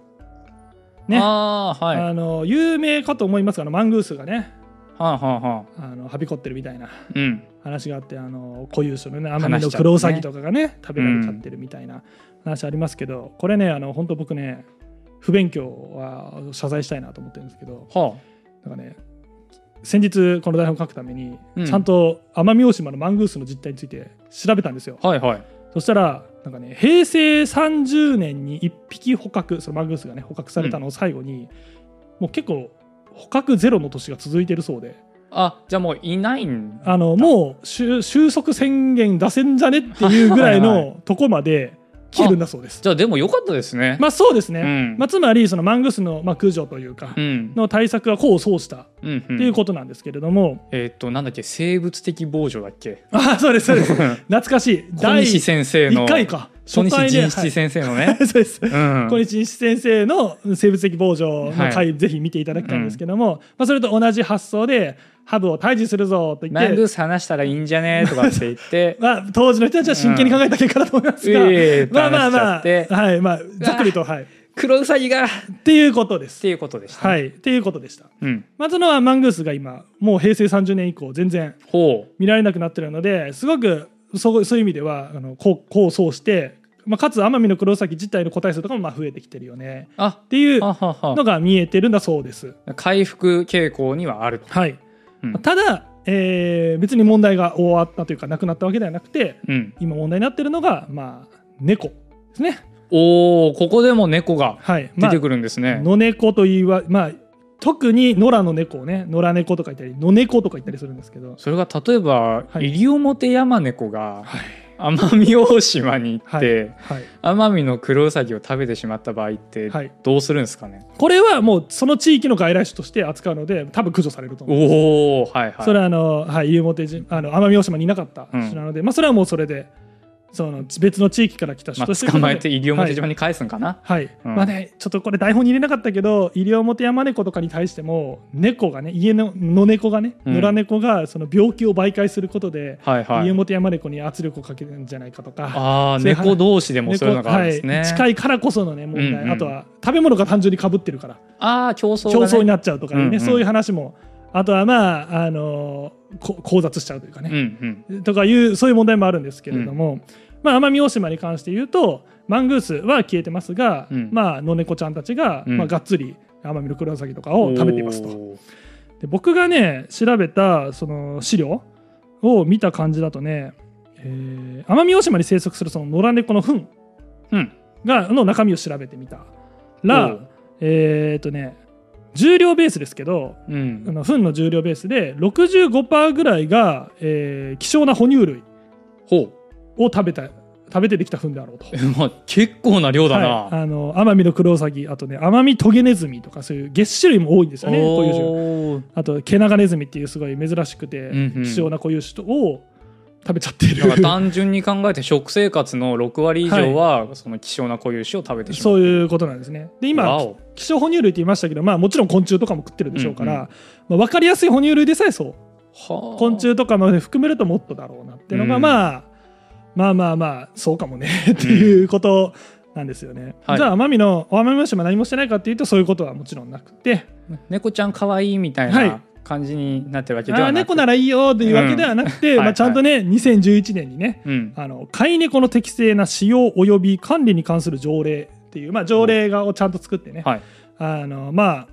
Speaker 1: ね
Speaker 2: ああはいは
Speaker 1: あの有名かと思いますがあのマングースがね
Speaker 2: あはあはあ
Speaker 1: あのはびこってるみたいな
Speaker 2: うん
Speaker 1: 話があってあの固有種のね奄美
Speaker 2: 話し
Speaker 1: の
Speaker 2: ちゃうね
Speaker 1: クロウサギとかがね食べられちゃってるみたいな話ありますけど、これねあの本当僕ね不勉強は謝罪したいなと思ってるんですけど
Speaker 2: は
Speaker 1: なんかね先日この台本書くために、
Speaker 2: うん
Speaker 1: ちゃんと奄美大島のマングースの実態について調べたんですよ
Speaker 2: あはいはい
Speaker 1: そしたらなんかね平成30年に1匹捕獲そのマングースがね捕獲されたのを最後に、もう結構捕獲ゼロの年が続いてるそうで
Speaker 2: あじゃあもういないん
Speaker 1: あのもう収収束宣言出せんじゃねっていうぐらい
Speaker 2: はい
Speaker 1: のとこまで来てるんだそうです。
Speaker 2: じゃあでもよかったですね
Speaker 1: まあそうですね、
Speaker 2: うん
Speaker 1: まあ、つまりそのマングースの、まあ、駆除というか
Speaker 2: うん
Speaker 1: の対策が功を奏した
Speaker 2: うんうん
Speaker 1: っていうことなんですけれども、
Speaker 2: えーっとなんだっけ生物的防除だっけ
Speaker 1: あそうですそう です懐かしい
Speaker 2: 小
Speaker 1: 第
Speaker 2: 西
Speaker 1: 1
Speaker 2: 先生の
Speaker 1: 回か
Speaker 2: 小西
Speaker 1: 回で
Speaker 2: 仁七先生のね
Speaker 1: はいそうです
Speaker 2: うん
Speaker 1: 小西仁七先生の生物的防除の回、
Speaker 2: は
Speaker 1: ぜひ見ていただきたいんですけども、まあ、それと同じ発想でハブを退治するぞと言
Speaker 2: マ
Speaker 1: っ
Speaker 2: ング
Speaker 1: て、
Speaker 2: ース話したらいいんじゃねとかって言っ て
Speaker 1: まあ、当時の人たちは真剣に考えた結果だと思いますが、
Speaker 2: ええって
Speaker 1: まあまあ
Speaker 2: 話しち
Speaker 1: ま
Speaker 2: ゃ
Speaker 1: あ
Speaker 2: って、
Speaker 1: はい、まあ、ざっくりと、はい。っ
Speaker 2: 黒ウサギがって
Speaker 1: いうことです。
Speaker 2: ていうことでしたね。
Speaker 1: はい、っていうことでした。
Speaker 2: うん
Speaker 1: まあ、そのマングースが今、もう平成30年以降、全然
Speaker 2: ほう
Speaker 1: 見られなくなってるので、すごくそうそういう意味では、あのこうこうそうして、まあ、かつ奄美の黒崎自体の個体数とかもまあ増えてきてるよね
Speaker 2: あ
Speaker 1: っていう
Speaker 2: ははは
Speaker 1: のが見えてるんだそうです。
Speaker 2: 回復傾向にはあると。
Speaker 1: はい
Speaker 2: うん
Speaker 1: ただ、えー別に問題が終わったというか、なくなったわけではなくて、
Speaker 2: うん、
Speaker 1: 今問題になってるのが、まあ、猫ですね。
Speaker 2: おおここでも猫が
Speaker 1: はいま
Speaker 2: 出
Speaker 1: あ
Speaker 2: てくるんですね。
Speaker 1: 野猫と言わまあ特に野良の猫をね野良猫とか言ったり野猫とか言ったりするんですけど
Speaker 2: それが例えば、
Speaker 1: はい
Speaker 2: 西表山猫が
Speaker 1: はい
Speaker 2: 奄美大島に行っ
Speaker 1: はい
Speaker 2: て
Speaker 1: はい、
Speaker 2: 奄美の黒ウサギを食べてしまった場合って
Speaker 1: はい
Speaker 2: どうするんですかね、
Speaker 1: これはもうその地域の外来種として扱うので多分駆除されると思う、
Speaker 2: おおはいはい。
Speaker 1: それはあの、はい、西表島あの奄美大島にいなかった種なので、まあ、それはもうそれでその別の地域から来た
Speaker 2: ま
Speaker 1: 種
Speaker 2: あ、
Speaker 1: として
Speaker 2: 捕まえて西表
Speaker 1: はい
Speaker 2: 島に返すんかな。
Speaker 1: はい
Speaker 2: うん
Speaker 1: まあねちょっとこれ台本に入れなかったけど西表山猫とかに対しても猫がね家の野猫がね
Speaker 2: うん
Speaker 1: 野良猫がその病気を媒介することで、
Speaker 2: はいはい。
Speaker 1: 西表山猫に圧力をかけるんじゃないかとか
Speaker 2: ああ
Speaker 1: そういう
Speaker 2: 猫同士でもそういうのがあるんですね。
Speaker 1: はい、近いからこそのね問題、
Speaker 2: うんうん
Speaker 1: あとは食べ物が単純にかぶってるから
Speaker 2: ああ競争
Speaker 1: 競
Speaker 2: が、ね、
Speaker 1: 争になっちゃうとかね、
Speaker 2: うんうん
Speaker 1: そういう話もあとはまあ、あのーこ交雑しちゃうというか
Speaker 2: うん
Speaker 1: ね、
Speaker 2: うん
Speaker 1: とかいうそういう問題もあるんですけれども、まあ、奄美大島に関して言うとマングースは消えてますが、
Speaker 2: うん
Speaker 1: まあ、野猫ちゃんたちが、
Speaker 2: うん
Speaker 1: まあ、がっつり奄美のクロウサギとかを食べていますと。
Speaker 2: おー
Speaker 1: で僕がね調べたその資料を見た感じだとねえー奄美、大島に生息するその野良猫の糞
Speaker 2: うん
Speaker 1: がの中身を調べてみた
Speaker 2: お
Speaker 1: ら
Speaker 2: う、
Speaker 1: えー、とね重量ベースですけど
Speaker 2: う
Speaker 1: あ
Speaker 2: ん、
Speaker 1: の糞の重量ベースで65%ぐらいが、えー希少な哺乳類
Speaker 2: ほ
Speaker 1: を食べた食べてできた糞であろうと。
Speaker 2: う まあ結構な量だな、
Speaker 1: はい、あの奄美のクロウサギあとね奄美トゲネズミとかそういう月種類も多いんですよねこういう種
Speaker 2: おー
Speaker 1: あとケナガネズミっていうすごい珍しくて、
Speaker 2: うんうん
Speaker 1: 希少な固有種を食べちゃってる
Speaker 2: だから単純に考えて食生活の6割以上はその希少な固有種を食べてしま う。
Speaker 1: そういうことなんですねで今
Speaker 2: わお
Speaker 1: 希少哺乳類って言いましたけど、まあ、もちろん昆虫とかも食ってるでしょうから、
Speaker 2: うんう
Speaker 1: まあ、分かりやすい哺乳類でさえそう
Speaker 2: は あ
Speaker 1: 昆虫とかまで含めるともっとだろうなっていうのが、
Speaker 2: うん
Speaker 1: まあまあまあまあそうかもね っていうことなんですよね、
Speaker 2: はい
Speaker 1: じゃあ奄美の奄美大島何もしてないかっていうとそういうことはもちろんなくて
Speaker 2: 猫ちゃん可愛いみたい
Speaker 1: はい
Speaker 2: な感じになってるわ
Speaker 1: あ
Speaker 2: けで
Speaker 1: ー
Speaker 2: はなく
Speaker 1: 猫ならいいよっていうわけではなくて、
Speaker 2: うん
Speaker 1: まあ、ちゃんとね2011年にね
Speaker 2: うん、
Speaker 1: あの飼い猫の適正な使用および管理に関する条例っていう、まあ、条例がをちゃんと作ってね、
Speaker 2: はい
Speaker 1: あのまあ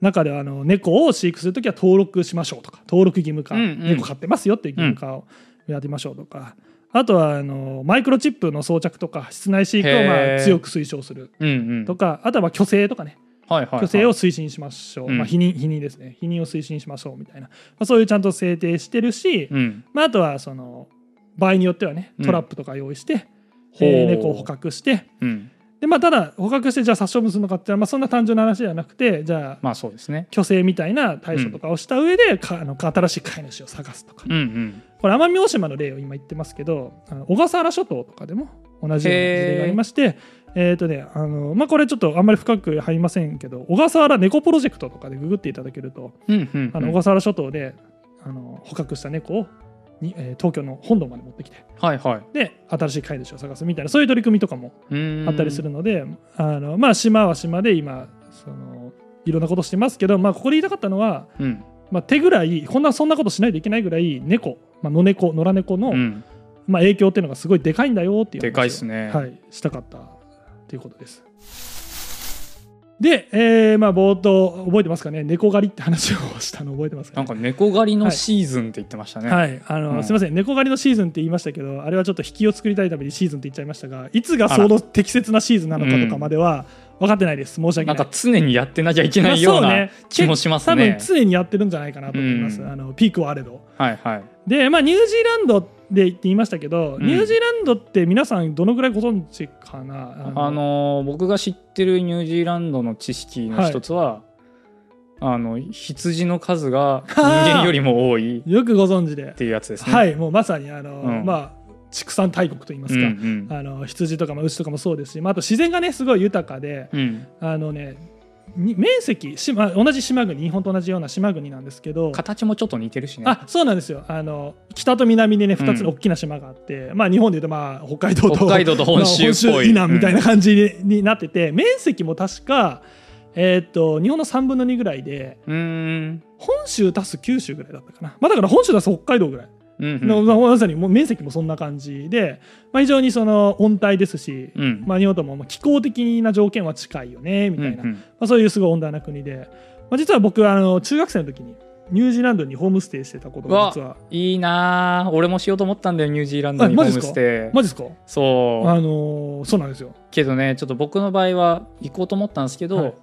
Speaker 1: 中ではあの猫を飼育するときは登録しましょうとか登録義務化、
Speaker 2: うんうん
Speaker 1: 猫飼ってますよっていう義務化をやりましょうとか、あとはあのマイクロチップの装着とか室内飼育をま
Speaker 2: へ
Speaker 1: あ
Speaker 2: ー
Speaker 1: 強く推奨する
Speaker 2: うんうん
Speaker 1: とかあとはまあ虚勢とかね
Speaker 2: はいはいはい
Speaker 1: 虚勢を推進しましょう、
Speaker 2: うん
Speaker 1: まあ、否認否認ですね否認を推進しましょうみたいな、まあ、そういうちゃんと制定してるし、
Speaker 2: うん
Speaker 1: まあ、あとはその場合によってはね
Speaker 2: うん
Speaker 1: トラップとか用意して、
Speaker 2: ほう
Speaker 1: えー猫を捕獲して
Speaker 2: うん、
Speaker 1: で、まあ、ただ捕獲してじゃあ殺処分するのかっていうのは、まあ、そんな単純な話ではなくてじゃあ
Speaker 2: まあそうですね。
Speaker 1: 虚勢みたいな対処とかをした上で、かあの新しい飼い主を探すとか、
Speaker 2: うんうん
Speaker 1: これ奄美大島の例を今言ってますけどあの小笠原諸島とかでも同じような事例がありましてえーとねあのまあ、これちょっとあんまり深く入りませんけど小笠原猫プロジェクトとかでググっていただけると
Speaker 2: うんうん
Speaker 1: あの
Speaker 2: う
Speaker 1: 小
Speaker 2: ん
Speaker 1: 笠原諸島であの捕獲した猫をに、えー東京の本土まで持ってきて
Speaker 2: はいはい
Speaker 1: で新しい飼い主を探すみたいなそういう取り組みとかも
Speaker 2: うーん
Speaker 1: あったりするので、あのまあ、島は島で今そのいろんなことしてますけど、まあ、ここで言いたかったのは、
Speaker 2: うん
Speaker 1: まあ、手ぐらいこんなそんなことしないといけないぐらい猫、まあ、野猫野良猫の、
Speaker 2: うん
Speaker 1: まあ、影響っていうのがすごいでかいんだよっていう話を
Speaker 2: でかいっすね
Speaker 1: はい、したかったっていうことです。で、えーまあ、冒頭覚えてますかね猫狩りって話をしたの覚えてますか、ね
Speaker 2: なん、か猫狩りのシーズンって言ってましたね、
Speaker 1: はい、あの、
Speaker 2: うん
Speaker 1: すみません、猫狩りのシーズンって言いましたけど、あれはちょっと引きを作りたいためにシーズンって言っちゃいましたが、いつがその適切なシーズンなのかとかまでは分かってないです。申し訳な。
Speaker 2: ないんか常にやってなきゃいけないよう
Speaker 1: まあそう
Speaker 2: な
Speaker 1: ね
Speaker 2: 気もします
Speaker 1: 多分
Speaker 2: ね。
Speaker 1: 常にやってるんじゃないかなと思います。
Speaker 2: うん
Speaker 1: あのピークはあれど。
Speaker 2: はいはい。
Speaker 1: で、まあニュージーランドで言っていましたけど、
Speaker 2: うん
Speaker 1: ニュージーランドって皆さんどのぐらいご存知かな。
Speaker 2: あのー僕が知ってるニュージーランドの知識の一つは、あの羊の数 が人間よりも多いっ
Speaker 1: よくご存知で、
Speaker 2: ていうやつですね。。
Speaker 1: はいい、もうまさにあの、
Speaker 2: うん
Speaker 1: まあ畜産大国と言いま
Speaker 2: う
Speaker 1: す
Speaker 2: ん
Speaker 1: か。
Speaker 2: うん。
Speaker 1: あの羊とか、まあ、牛とかもそうですし、まあ、あと自然がねすごい豊かで、
Speaker 2: うん、
Speaker 1: あのねに面積島同じ島国日本と同じような島国なんですけど、
Speaker 2: 形もちょっと似てるしね。
Speaker 1: あそうなんですよあの北と南でね
Speaker 2: うん
Speaker 1: 2つの大きな島があって、まあ、日本でいうと、まあ、北海道と
Speaker 2: 北海道と本州っぽい。
Speaker 1: 以南みたいな感じに,、なってて面積も確か、えーっと日本の3分の2ぐらいで
Speaker 2: うん。うん。
Speaker 1: 本州足す九州ぐらいだったかな、まあ、だから本州足す北海道ぐらい
Speaker 2: うんうん
Speaker 1: の、まあまさにもう面積もそんな感じで、まあ、非常にその温帯ですし、
Speaker 2: うん
Speaker 1: まあ、日本ともまあ気候的な条件は近いよねみたいな。
Speaker 2: うんうん
Speaker 1: まあ、そういうすごい温暖な国で、まあ、実は僕はあの中学生の時にニュージーランドにホームステイしてたこと
Speaker 2: うわ
Speaker 1: が実はい
Speaker 2: いなあ俺もしようと思ったんだよニュージーランドに
Speaker 1: あ
Speaker 2: ホ
Speaker 1: マジ
Speaker 2: ー
Speaker 1: っすか
Speaker 2: ムステイ
Speaker 1: マジですか
Speaker 2: そう
Speaker 1: あのーそうなんですよ
Speaker 2: けどねちょっと僕の場合は行こうと思ったんですけど、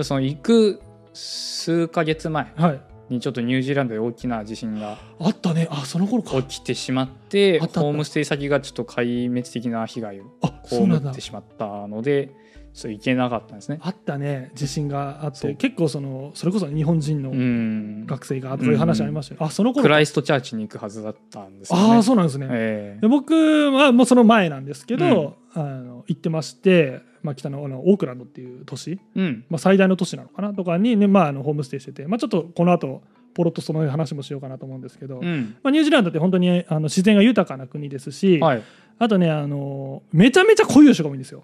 Speaker 2: その行く数ヶ月前
Speaker 1: はい
Speaker 2: にちょっとニュージーランドで大きな地震が
Speaker 1: あったねあその頃か
Speaker 2: 起きてしまって
Speaker 1: あったあった
Speaker 2: ホームステイ先がちょっと壊滅的な被害を
Speaker 1: あ
Speaker 2: 被
Speaker 1: そうなん
Speaker 2: っ
Speaker 1: だ
Speaker 2: てしまったのでちょっと行けなかったんですね。
Speaker 1: あったね地震があっ
Speaker 2: そう
Speaker 1: て結構そのそれこそ日本人
Speaker 2: う
Speaker 1: の
Speaker 2: ん、
Speaker 1: 学生がとかいう話ありましたよ、あその頃
Speaker 2: ク
Speaker 1: か
Speaker 2: ライストチャーチに行くはずだったんですよね。
Speaker 1: ああそうなんですね、
Speaker 2: ええ
Speaker 1: で僕はもうその前なんですけど、あの行ってまして、まあ、北のあのオークランドっていう都市、
Speaker 2: うん
Speaker 1: まあ、最大の都市なのかなとかに、ねまあ、あのホームステイしてて、まあ、ちょっとこの後ポロッとその話もしようかなと思うんですけど、
Speaker 2: うん
Speaker 1: まあ、ニュージーランドって本当にあの自然が豊かな国ですし、
Speaker 2: はい
Speaker 1: あとねあのめちゃめちゃ固有種が多いんですよ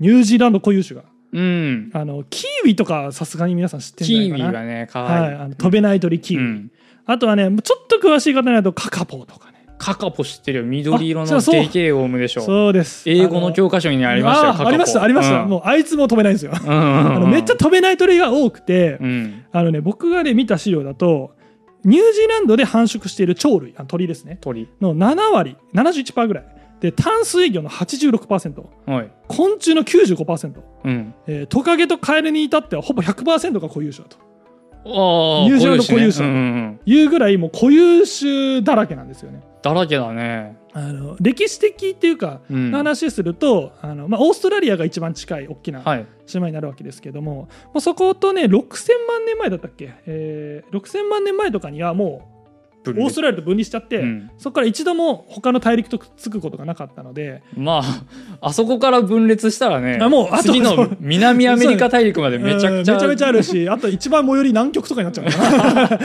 Speaker 1: ニュージーランド固有種が
Speaker 2: うん、
Speaker 1: あのキーウイとかはさすがに皆さん知ってるん
Speaker 2: キ
Speaker 1: じゃない
Speaker 2: ーウィ
Speaker 1: か
Speaker 2: が
Speaker 1: な
Speaker 2: ねかわ
Speaker 1: はいい、
Speaker 2: い、
Speaker 1: あの飛べない鳥キーウイ、
Speaker 2: うん
Speaker 1: あとはねちょっと詳しい方になるとカカポーとかね
Speaker 2: カカポ知ってるよ緑色
Speaker 1: あそう
Speaker 2: の
Speaker 1: そう
Speaker 2: でけえオウムでしょ
Speaker 1: そうです
Speaker 2: 英語の
Speaker 1: 教
Speaker 2: 教科書にありましたよカカポ
Speaker 1: ありましたありました、
Speaker 2: うん
Speaker 1: もうあいつも飛べないんですよ、
Speaker 2: うんうんうん
Speaker 1: あのめっちゃ飛べない鳥が多くて、
Speaker 2: うん
Speaker 1: あのね僕がね見た資料だとニュージーランドで繁殖している鳥類あ鳥ですね
Speaker 2: 鳥
Speaker 1: の7割71%ぐらいで淡水魚の86%
Speaker 2: はい
Speaker 1: 昆虫の95%、
Speaker 2: うん
Speaker 1: えートカゲとカエルに至ってはほぼ100%が固有種だと
Speaker 2: ああ
Speaker 1: 友情の固有
Speaker 2: 種
Speaker 1: 種
Speaker 2: ねうんうんうん
Speaker 1: いうぐらいもう固有種だらけなんですよね。
Speaker 2: だらけだね
Speaker 1: あの歴史的っていうか
Speaker 2: うん
Speaker 1: の話すると、あのまあ、オーストラリアが一番近い大きな
Speaker 2: はい
Speaker 1: 島になるわけですけども,、もうそことね6,000万年前だったっけ、えー、6,000万年前とかにはもうオーストラリアと分離しちゃって、
Speaker 2: うん
Speaker 1: そこから一度も他の大陸とくっつくことがなかったので、
Speaker 2: まあ あそこから分裂したらね
Speaker 1: あもうあと
Speaker 2: 次の南アメリカ大陸までめちゃくちゃ
Speaker 1: うんめちゃめちゃあるしあと一番最寄り南極とかになっちゃうのかなな る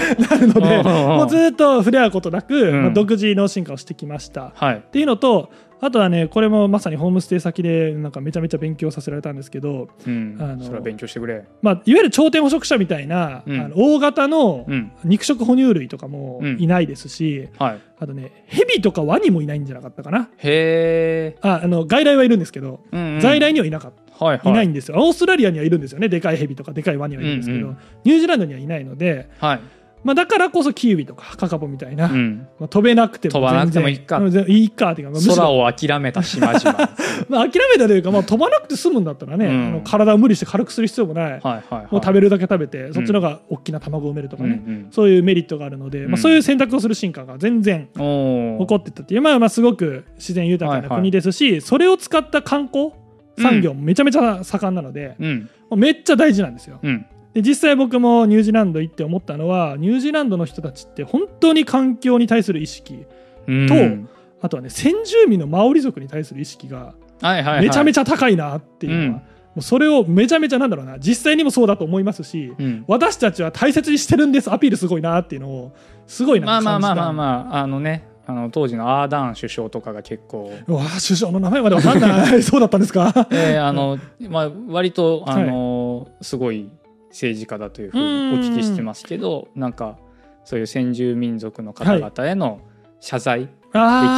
Speaker 1: の
Speaker 2: うんう
Speaker 1: で
Speaker 2: んうん
Speaker 1: もうずっと触れ合うことなく、
Speaker 2: うん
Speaker 1: まあ独自の進化をしてきました。
Speaker 2: はい
Speaker 1: っていうのとあとはねこれもまさにホームステイ先でなんかめちゃめちゃ勉強させられたんですけど、
Speaker 2: うん
Speaker 1: あの
Speaker 2: それは勉強してくれ
Speaker 1: まあ、いわゆる頂点捕食者みたいな、
Speaker 2: うん
Speaker 1: あの大型の
Speaker 2: うん
Speaker 1: 肉食哺乳類とかも
Speaker 2: うん
Speaker 1: いないですし、
Speaker 2: はい
Speaker 1: あとねヘビとかワニもいないんじゃなかったかな
Speaker 2: へえ
Speaker 1: ああの外来はいるんですけど、
Speaker 2: うんうん
Speaker 1: 在来にはいなかった。
Speaker 2: はいはい
Speaker 1: いないんですよオーストラリアにはいるんですよねでかいヘビとかでかいワニはいるんですけど、
Speaker 2: うんうん
Speaker 1: ニュージーランドにはいないので、
Speaker 2: はい
Speaker 1: まあ、だからこそキーウィとかカカポみたいな、
Speaker 2: うん
Speaker 1: まあ、飛べなくても
Speaker 2: 飛ばなくてもいいか
Speaker 1: 全然いいかっていうか、まあ、むし
Speaker 2: 空
Speaker 1: ろ、
Speaker 2: を諦めた島 々は
Speaker 1: まあ、諦めたというか、まあ、飛ばなくて済むんだったらね、
Speaker 2: うん
Speaker 1: あの体を無理して軽くする必要もない、
Speaker 2: いはいはい
Speaker 1: もう食べるだけ食べてそっちの方が大きな卵を産めるとかね、
Speaker 2: うんうん
Speaker 1: そういうメリットがあるので、
Speaker 2: うん
Speaker 1: まあ、そういう選択をする進化が全然
Speaker 2: お
Speaker 1: 起
Speaker 2: ー
Speaker 1: こってったっていう、まあ、まあすごく自然豊かな国ですし、それを使った観光産業もめちゃめちゃ盛んなので、
Speaker 2: うん
Speaker 1: もうめっちゃ大事なんですよ。
Speaker 2: うん
Speaker 1: で実際僕もニュージーランド行って思ったのはニュージーランドの人たちって本当に環境に対する意識
Speaker 2: うん
Speaker 1: とあとはね先住民のマオリ族に対する意識が
Speaker 2: はいはいはい、
Speaker 1: めちゃめちゃ高いなっていうのは、
Speaker 2: うん
Speaker 1: もうそれをめちゃめちゃなんだろうな実際にもそうだと思いますし
Speaker 2: うん
Speaker 1: 私たちは大切にしてるんですアピールすごいなっていうのをすごい
Speaker 2: ま
Speaker 1: な
Speaker 2: あ
Speaker 1: ん
Speaker 2: まあ
Speaker 1: か感じ
Speaker 2: ま
Speaker 1: た
Speaker 2: あまあまああのねあの当時のアーダーン首相とかが結構、
Speaker 1: うわー首相の名前までわかんない そうだったんですか
Speaker 2: えーあのまあ、割とあの、すごい政治家だというふうにお聞きしてますけどなんかそういう先住民族の方々への謝罪、歴
Speaker 1: 歴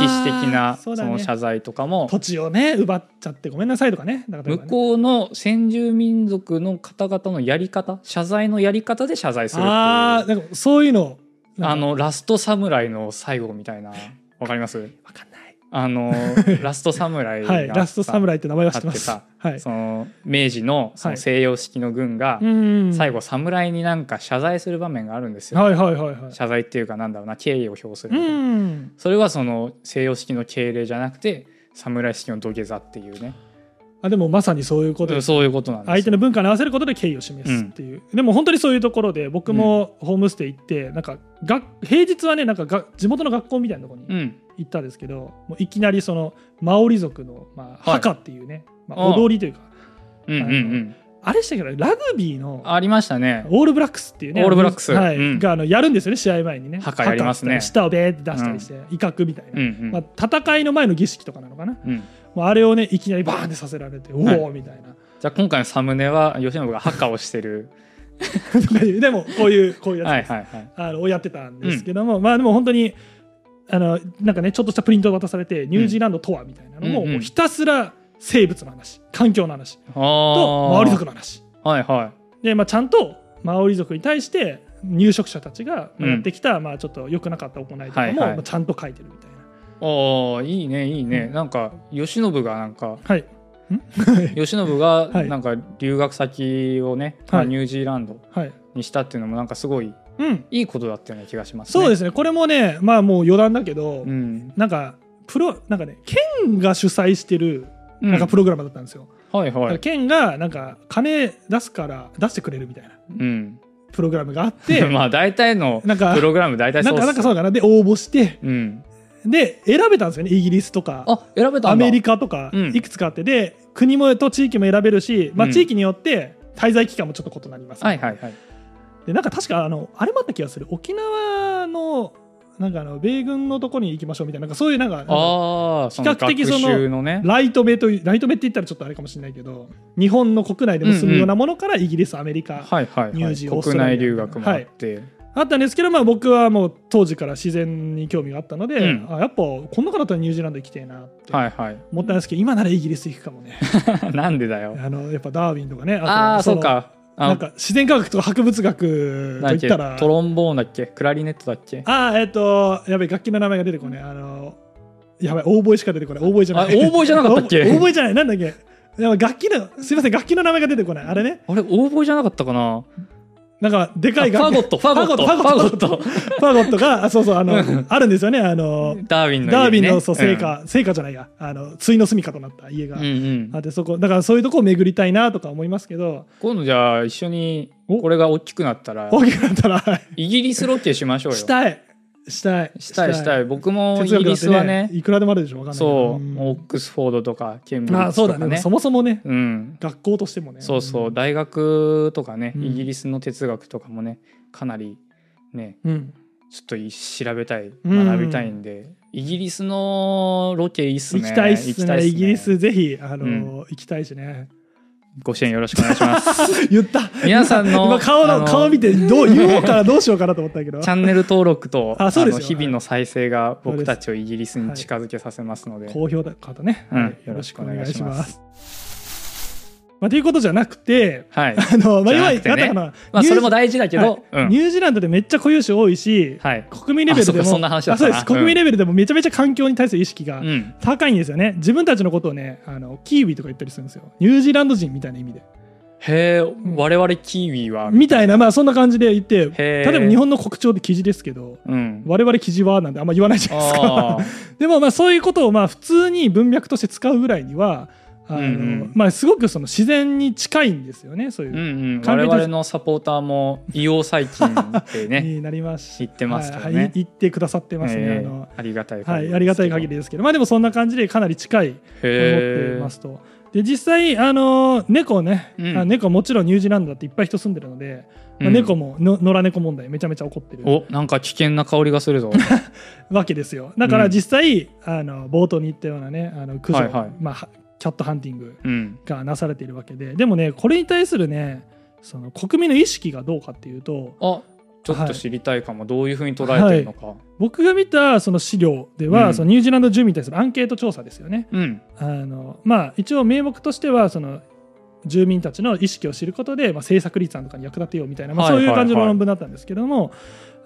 Speaker 2: 史的なそ,、
Speaker 1: うだね
Speaker 2: の謝罪とかも
Speaker 1: 土地をね奪っちゃってごめんなさいとかねだから
Speaker 2: 向
Speaker 1: ね
Speaker 2: こうの先住民族の方々のやり方謝罪のやり方で謝罪するっていう
Speaker 1: あ
Speaker 2: あ
Speaker 1: あなんかそういうのなんか
Speaker 2: のラストサムライの最後みたいなわかります
Speaker 1: わかんな
Speaker 2: あのラストサムライが
Speaker 1: いはいラスト
Speaker 2: さ
Speaker 1: サムライって名前は知ってます
Speaker 2: あっ
Speaker 1: はい
Speaker 2: その明治のその西洋式の軍が
Speaker 1: うん
Speaker 2: 最後侍になんか謝罪する場面があるんですよ、
Speaker 1: はいはいはいはい
Speaker 2: 謝罪っていうかなんだろうな敬意を表する
Speaker 1: う
Speaker 2: みたいな、
Speaker 1: ん
Speaker 2: それはその西洋式の敬礼じゃなくて侍式の土下座っていうね
Speaker 1: あでもまさにそういうことです
Speaker 2: そういうことなんですよ
Speaker 1: 相手の文化に合わせることで敬意を示すっていう、でも本当にそういうところで僕もホームステイ行ってなんかが平日はねなんかが地元の学校みたいなところ
Speaker 2: う
Speaker 1: に
Speaker 2: ん
Speaker 1: 行ったんですけど、もういきなりそのマオリ族の、まあ、
Speaker 2: はい
Speaker 1: 墓っていうね、ま
Speaker 2: あ
Speaker 1: あ、
Speaker 2: あ
Speaker 1: 踊りというか
Speaker 2: うんうんうん
Speaker 1: あれしたけどラグビーの
Speaker 2: ありましたね
Speaker 1: オールブラックスっていうね
Speaker 2: オールブラックス
Speaker 1: はい
Speaker 2: うん
Speaker 1: があのやるんですよね試合前にね
Speaker 2: 墓やりますね
Speaker 1: 墓って言ったら舌をベーって出したりして、威嚇みたいな、
Speaker 2: うんうん、
Speaker 1: まあ、戦いの前の儀式とかなのかな、
Speaker 2: うん
Speaker 1: まあ、あれをねいきなりバーンってさせられて、
Speaker 2: はい
Speaker 1: おおみたいな
Speaker 2: じゃあ今回のサムネは吉信がハッカーをしてる
Speaker 1: とかいうでもこういうこう いうやつ、
Speaker 2: はいはいはい
Speaker 1: あのをやってたんですけども、まあでも本当にあのなんかねちょっとしたプリントを渡されてニュージーランドとはみたいなのも,、
Speaker 2: うんうん
Speaker 1: もうひたすら生物の話環境の話
Speaker 2: あ
Speaker 1: と
Speaker 2: ー
Speaker 1: マオリ族の話
Speaker 2: はいは
Speaker 1: で、まあ、ちゃんとマオリ族に対して入植者たちが
Speaker 2: うん
Speaker 1: やってきた、まあ、ちょっと良くなかった行いとかも、
Speaker 2: はいはい
Speaker 1: まあちゃんと書いてるみたいな。
Speaker 2: いああいいねいいね、
Speaker 1: うん
Speaker 2: なんか吉信がなんか
Speaker 1: はい、
Speaker 2: 吉信が
Speaker 1: はい
Speaker 2: なんか留学先をね、
Speaker 1: はい
Speaker 2: ニュージーランド
Speaker 1: はい
Speaker 2: にしたっていうのもなんかすごい
Speaker 1: うん、
Speaker 2: いいことだったような気がしますね。。
Speaker 1: そうですすねこれもねまあもう余談だけど、
Speaker 2: うん。
Speaker 1: なんかプロなんかね県が主催してるなんかプログラムだったんですよ、
Speaker 2: はい
Speaker 1: だ
Speaker 2: は
Speaker 1: から
Speaker 2: い。
Speaker 1: 県がなんか金出すから出してくれるみたいな
Speaker 2: うん。
Speaker 1: プログラムがあっ
Speaker 2: で、
Speaker 1: て
Speaker 2: まあ大体の
Speaker 1: なんか
Speaker 2: プログラム大体
Speaker 1: な
Speaker 2: そ
Speaker 1: ん
Speaker 2: うっ
Speaker 1: か
Speaker 2: す
Speaker 1: なんかそうだなで応募して
Speaker 2: うん。
Speaker 1: で選べたんですよねイギリスとか
Speaker 2: あ、選べたんだ。
Speaker 1: アメリ
Speaker 2: カ。
Speaker 1: カとか
Speaker 2: うん
Speaker 1: いくつかあってで、国もと地域も選べるし、ま
Speaker 2: う
Speaker 1: あ、
Speaker 2: ん
Speaker 1: 地域によって滞在期間もちょっと異なります、
Speaker 2: はいはいはい。
Speaker 1: でなんか確かあのあれもあった気がする沖縄のなんかあの米軍のとこに行きましょうみたいななんかそういうなんかなんか
Speaker 2: ああ、その
Speaker 1: 比較的その
Speaker 2: 学習のね。
Speaker 1: ライト目というライト目って言ったらちょっとあれかもしれないけど日本の国内でも住むようなものからイギリス、アメリカ
Speaker 2: はいはい、
Speaker 1: ニュ
Speaker 2: は
Speaker 1: ー
Speaker 2: い。
Speaker 1: ジーオース
Speaker 2: 国
Speaker 1: トラリア
Speaker 2: 内留学もあって。
Speaker 1: あったんですけど、まあ、僕はもう当時から自然に興味があったので、
Speaker 2: うん
Speaker 1: あやっぱこんな方だったらニュージーランド行きたいなって
Speaker 2: はいはい。
Speaker 1: 思ったんですけど、今ならイギリス行くかも ね
Speaker 2: なんでだよ。
Speaker 1: あのやっぱダーウィンとかねと
Speaker 2: ああー、
Speaker 1: そ
Speaker 2: そ
Speaker 1: の
Speaker 2: うか。あ
Speaker 1: なんか自然科学とか博物学
Speaker 2: な
Speaker 1: とい
Speaker 2: んだっ
Speaker 1: っ
Speaker 2: け
Speaker 1: たら
Speaker 2: トロンボーンだっけクラリネットだっけあ
Speaker 1: ああえっ、とやべえ楽器の名前が出てこないあのやばいオーボイしか出てこないオーボイじゃない
Speaker 2: オーボエじゃなかった っけ
Speaker 1: オーボイじゃないなんだっけやばい楽器のすいません楽器の名前が出てこないあれね
Speaker 2: あれ、オーボエじゃなかったかな
Speaker 1: なんかでかい
Speaker 2: あファ
Speaker 1: 楽器
Speaker 2: ゴット、ファゴット、
Speaker 1: フ
Speaker 2: フ
Speaker 1: ァ
Speaker 2: ァ
Speaker 1: ゴット
Speaker 2: ゴット。
Speaker 1: ファゴットがあそうそうあの
Speaker 2: うん
Speaker 1: あるんですよねあの
Speaker 2: ダーウィンの家にね、
Speaker 1: ダーウィンのそう成
Speaker 2: う
Speaker 1: 果、成果じゃないやあのついの住処となった家が、
Speaker 2: んうんうん
Speaker 1: あってそこだからそういうとこを巡りたいなとか思いますけど
Speaker 2: 今度じゃあ一緒に
Speaker 1: お
Speaker 2: これが大きくなったら
Speaker 1: 大きくなったらはい
Speaker 2: イギリスロケしましょうよ。
Speaker 1: したいしたい
Speaker 2: したいしたい。僕もイ
Speaker 1: 哲
Speaker 2: ギ
Speaker 1: 学だっ
Speaker 2: リ
Speaker 1: て
Speaker 2: スはね、
Speaker 1: いくらでもあるでしょわかんないけど
Speaker 2: そう、
Speaker 1: ん
Speaker 2: オックスフォードとかケンブリ
Speaker 1: ま
Speaker 2: ッ
Speaker 1: あ
Speaker 2: ジ
Speaker 1: そう
Speaker 2: と
Speaker 1: だ
Speaker 2: か
Speaker 1: ね
Speaker 2: ね。
Speaker 1: そもそもね
Speaker 2: うん。
Speaker 1: 学校としてもね
Speaker 2: そうそう、
Speaker 1: ん
Speaker 2: 大学とかね、
Speaker 1: うん
Speaker 2: イギリスの哲学とかもね、かなりね、
Speaker 1: うん
Speaker 2: ちょっとい調べたい、
Speaker 1: うん
Speaker 2: 学びたいんで、イギリスのロケいいっすね。
Speaker 1: 行きたいっすねイギリ。スぜひあの、
Speaker 2: うん
Speaker 1: 行きたいしね
Speaker 2: ご支援よろしくお願いします。
Speaker 1: 言った
Speaker 2: 皆さんの
Speaker 1: 今顔
Speaker 2: あ
Speaker 1: の
Speaker 2: の
Speaker 1: 顔見てどう言おうからどうしようかなと思ったけど
Speaker 2: チャンネル登録と
Speaker 1: あそうですよ
Speaker 2: あの日々の再生が僕たちをイギリスに近づけさせますので、
Speaker 1: 好評だ方ね、
Speaker 2: うん
Speaker 1: はい。
Speaker 2: よろしくお願いします
Speaker 1: まあ、ということじゃなくて、
Speaker 2: はい。
Speaker 1: あの、まあ、
Speaker 2: じゃ
Speaker 1: 今
Speaker 2: な
Speaker 1: 言
Speaker 2: く
Speaker 1: ってた
Speaker 2: ね
Speaker 1: かな、ニュ
Speaker 2: まあ
Speaker 1: ージ
Speaker 2: それも大事だけど、
Speaker 1: はい
Speaker 2: うん
Speaker 1: ニュージーランドでめっちゃ固有種多いし、
Speaker 2: はい。
Speaker 1: 国民レベルでも
Speaker 2: あそうかそんな話だ
Speaker 1: あ
Speaker 2: った
Speaker 1: そう
Speaker 2: な
Speaker 1: です国民レベルでもめちゃめちゃ環境に対する意識が
Speaker 2: うん。
Speaker 1: 高いんですよね。自分たちのことをね、あのキーウィとか言ったりするんですよ。ニュージーランド人みたいな意味で、
Speaker 2: へえ、我々キーウィは、
Speaker 1: みたいなまあそんな感じで言って、
Speaker 2: へ
Speaker 1: 例
Speaker 2: ー
Speaker 1: えば日本の国鳥でキジですけど。
Speaker 2: うん。
Speaker 1: 我々キジはなんてあんま言わないじゃないですか
Speaker 2: あー
Speaker 1: でもまあそういうことをまあ普通に文脈として使うぐらいにはあの、
Speaker 2: うんうん
Speaker 1: まあ、すごくその自然に近いんですよねそういう
Speaker 2: うん
Speaker 1: う
Speaker 2: う ん、
Speaker 1: 完
Speaker 2: 我
Speaker 1: 璧
Speaker 2: 々のサポーターも硫黄細菌って ね
Speaker 1: になります
Speaker 2: 言ってますから
Speaker 1: はい
Speaker 2: ね。
Speaker 1: はい言ってくださってますね、
Speaker 2: ええ
Speaker 1: あの
Speaker 2: ありがたい限
Speaker 1: はい、ありがたい限りですけどまあでもそんな感じでかなり近い思ってますと。で実際あの猫ね、
Speaker 2: うん
Speaker 1: あ猫もちろんニュージーランドだっていっぱい人住んでるので、まあ
Speaker 2: うん
Speaker 1: 猫もの野良猫問題めちゃめちゃ起こってる
Speaker 2: おなんか危険な香り がするぞ
Speaker 1: わけですよだから
Speaker 2: うん
Speaker 1: 実際、あの冒頭に言ったようなねあの駆除、
Speaker 2: はいはい
Speaker 1: まあ、はキャットハンティング
Speaker 2: うん
Speaker 1: がなされているわけででもねこれに対するねその国民の意識がどうかっていうと
Speaker 2: あちょっと知りたいかも、どういうふうに捉えてるのか、
Speaker 1: 僕が見たその資料では、
Speaker 2: うん
Speaker 1: そのニュージーランド住民に対するアンケート調査ですよね。
Speaker 2: うん
Speaker 1: あのまあ、一応名目としてはその住民たちの意識を知ることで、まあ、政策立案とかに役立てようみたいな、まあ、
Speaker 2: は
Speaker 1: そ
Speaker 2: い
Speaker 1: う
Speaker 2: はいいうはい
Speaker 1: 感じの論文だったんですけども、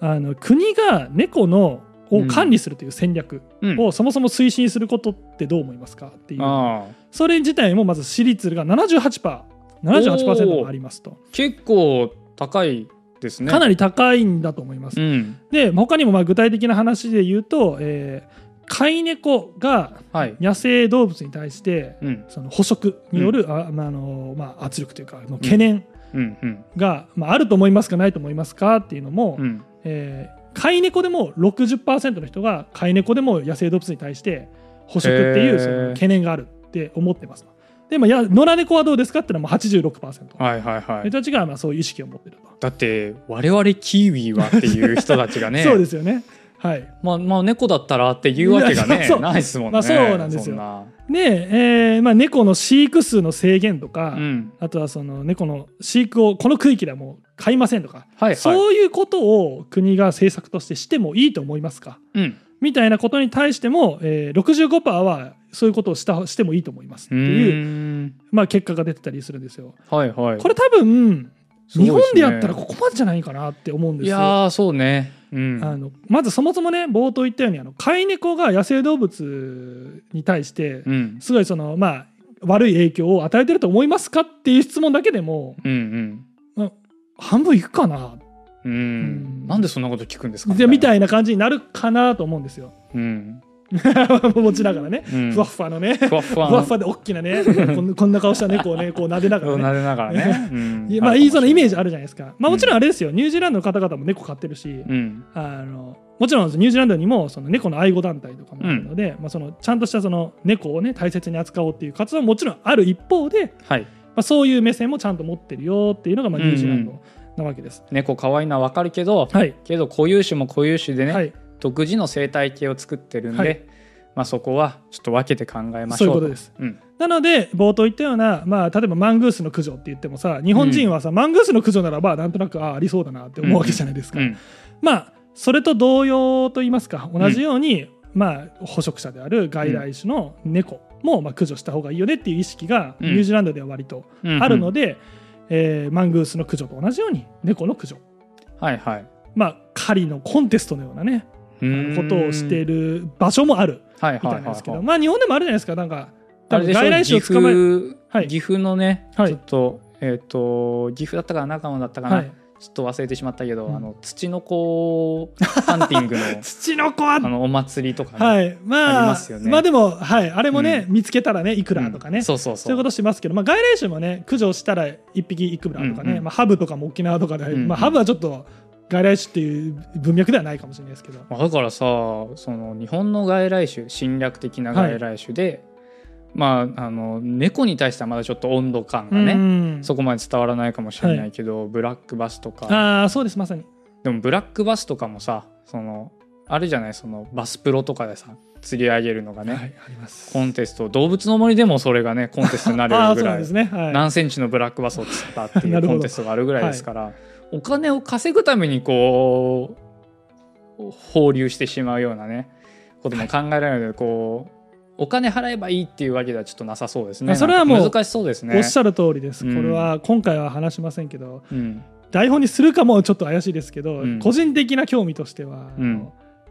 Speaker 1: あの国が猫の
Speaker 2: う
Speaker 1: を
Speaker 2: ん
Speaker 1: 管理するという戦略
Speaker 2: うん
Speaker 1: をそもそも推進することってどう思いますかっていう、
Speaker 2: ああ
Speaker 1: それ自体もまず私立が 78%78% 78%もありますと、
Speaker 2: 結構高いですね
Speaker 1: かな
Speaker 2: り
Speaker 1: り高いんだと思います。
Speaker 2: うん
Speaker 1: で他にもまあ具体的な話で言うと、えー飼い猫が
Speaker 2: はい
Speaker 1: 野生動物に対して
Speaker 2: うん
Speaker 1: その捕食による、あまああのまあ、圧力というかの懸念
Speaker 2: うんうん
Speaker 1: が、まあ、あると思いますかないと思いますかっていうのも、
Speaker 2: うん
Speaker 1: えー飼い猫でも60%の人が飼い猫でも野生動物に対して捕食ってい
Speaker 2: へ
Speaker 1: う
Speaker 2: ー
Speaker 1: その懸念があるって思ってます。でもや野良猫はどうですかっていうのはもう86%、
Speaker 2: はいはいはい
Speaker 1: 人たちがまあそういう意識を持ってると、
Speaker 2: だって我々キーウィはっていう人たちが ね
Speaker 1: そうですよね。はい、
Speaker 2: まあまあ猫だったらっていうわけが
Speaker 1: いや
Speaker 2: ね
Speaker 1: そう
Speaker 2: ないですもんね、
Speaker 1: まあそうなんですよ
Speaker 2: そな
Speaker 1: で、えーまあ、猫の飼育数の制限とか、
Speaker 2: うん
Speaker 1: あとはその猫の飼育をこの区域ではもう飼いませんとか
Speaker 2: はいはい
Speaker 1: そういうことを国が政策としてしてもいいと思いますか
Speaker 2: うん
Speaker 1: みたいなことに対しても、えー、65%はそういうことをしたしてもいいと思いますって
Speaker 2: う
Speaker 1: いう、
Speaker 2: ーん
Speaker 1: まあ、結果が出てたりするんですよ。
Speaker 2: はいはい
Speaker 1: これ多分
Speaker 2: すごい
Speaker 1: 日
Speaker 2: すね
Speaker 1: 本でやったらここまでじゃないかなって思うんで
Speaker 2: い
Speaker 1: すよ。
Speaker 2: やーそうねう
Speaker 1: あ
Speaker 2: ん
Speaker 1: のまずそもそもね冒頭言ったようにあの飼い猫が野生動物に対して
Speaker 2: うん
Speaker 1: すごいそのまあ悪い影響を与えてると思いますかっていう質問だけでも
Speaker 2: うんうん
Speaker 1: 半分いくかな
Speaker 2: うん
Speaker 1: ん
Speaker 2: なんでそんなこと聞くんですか
Speaker 1: でみた
Speaker 2: い
Speaker 1: いな感じになるかなと思うんですよ
Speaker 2: なうん
Speaker 1: 持ちながらね。
Speaker 2: うん
Speaker 1: ふわっふわのね、ふ
Speaker 2: ふわふわ
Speaker 1: わっふわで大きなね、こん こんな顔した猫をね、こう撫でなが
Speaker 2: な
Speaker 1: らね。
Speaker 2: でながらね、う ん
Speaker 1: いやまあ、いいそのイメージあ
Speaker 2: る
Speaker 1: るじゃないですか。まあ、もちろんあれですよ、ニュージーランドの方々も猫飼ってるし
Speaker 2: かもしれ、ないうん
Speaker 1: あのもちろんニュージーランドにもその猫の愛護団体とかもあるので、まあ、そのちゃんとしたその猫をね、大切に扱おうっていう活動ももちろんある一方で、
Speaker 2: はい
Speaker 1: まあ、そういう目線もちゃんと持ってるよっていうのが、まあ、ニュージーラン
Speaker 2: う
Speaker 1: ドなわけです。
Speaker 2: 猫可愛いのはわかるけど、
Speaker 1: はい、
Speaker 2: けど固有種も固有種でね、
Speaker 1: はい、
Speaker 2: 独自の生態系を作ってるんで、
Speaker 1: はい
Speaker 2: まあそこはちょっと分けて考えまし
Speaker 1: そうい
Speaker 2: ょう
Speaker 1: うことです。
Speaker 2: うん
Speaker 1: なので冒頭言ったような、まあ、例えばマングースの駆除って言ってもさ日本人はさ、マングースの駆除ならばなんとなくあありそうだなって思うわけじゃないですか、
Speaker 2: うん
Speaker 1: まあそれと同様と言いますか同じように、まあ、捕食者である外来種の猫も、まあ、駆除した方がいいよねっていう意識が
Speaker 2: うん
Speaker 1: ニュージーランドでは割と
Speaker 2: うん
Speaker 1: あるので、えーマングースの駆除と同じように猫の駆除
Speaker 2: はいはい
Speaker 1: まあ狩りのコンテストのようなね
Speaker 2: う
Speaker 1: あ
Speaker 2: ーん
Speaker 1: のことをしている場所もある
Speaker 2: はい
Speaker 1: み
Speaker 2: は
Speaker 1: た
Speaker 2: いはいい
Speaker 1: なんですけど、
Speaker 2: はい
Speaker 1: まあ日本でもあるじゃないですかなんか多
Speaker 2: あれ
Speaker 1: 分
Speaker 2: でしょ
Speaker 1: 外来種を捕まえる、
Speaker 2: 岐阜,、
Speaker 1: はい
Speaker 2: 岐阜のね、
Speaker 1: はい
Speaker 2: ちょっとえっ、と岐阜だったかな長野だったかな、
Speaker 1: はい、
Speaker 2: ちょっと忘れてしまったけど、
Speaker 1: うん
Speaker 2: あの土の子ハンティ ングの
Speaker 1: 土の子は
Speaker 2: あのお祭りとかね、
Speaker 1: はい、まあ、
Speaker 2: あり
Speaker 1: ま
Speaker 2: ますよね
Speaker 1: あでも、はい、あれもね、
Speaker 2: う
Speaker 1: 見つけたらね、いくらとかね、
Speaker 2: うん
Speaker 1: そう
Speaker 2: そうそうそう
Speaker 1: いうことしますけど、まあ、外来種もね、駆除したら一匹いくらとかね、
Speaker 2: うんうん
Speaker 1: まあ、ハブとかも沖縄とかで、
Speaker 2: うんうん
Speaker 1: まあ、ハブはちょっと外来種っていう文脈ではないかもしれないですけど、
Speaker 2: まあだからさその日本の外来種侵略的な外来種で、まああの猫に対してはまだちょっと温度感がね、
Speaker 1: うん
Speaker 2: そこまで伝わらないかもしれないけど、ブラックバスとか
Speaker 1: ああ、そうです、まさに。
Speaker 2: でもブラックバスとかもさそのあるじゃないそのバスプロとかでさ釣り上げるのがね、
Speaker 1: はい、あります。
Speaker 2: コンテスト動物の森でもそれがねコンテストになるぐ
Speaker 1: あ
Speaker 2: ら
Speaker 1: あ
Speaker 2: い
Speaker 1: ー、そう なんですね。はい。
Speaker 2: 何センチのブラックバスを釣った ってい
Speaker 1: な
Speaker 2: う
Speaker 1: るほど
Speaker 2: コンテストがあるぐらいですから、お金を稼ぐためにこう放流してしまうようなねことも考えられるので、こうお金払えばいいっていうわけではちょっとなさそうですね。
Speaker 1: それはもう
Speaker 2: なんか難しそうですね。
Speaker 1: おっしゃる通りです、
Speaker 2: うん
Speaker 1: これは今回は話しませんけど
Speaker 2: うん
Speaker 1: 台本にするかもちょっと怪しいですけど、
Speaker 2: うん
Speaker 1: 個人的な興味としては、あの
Speaker 2: うん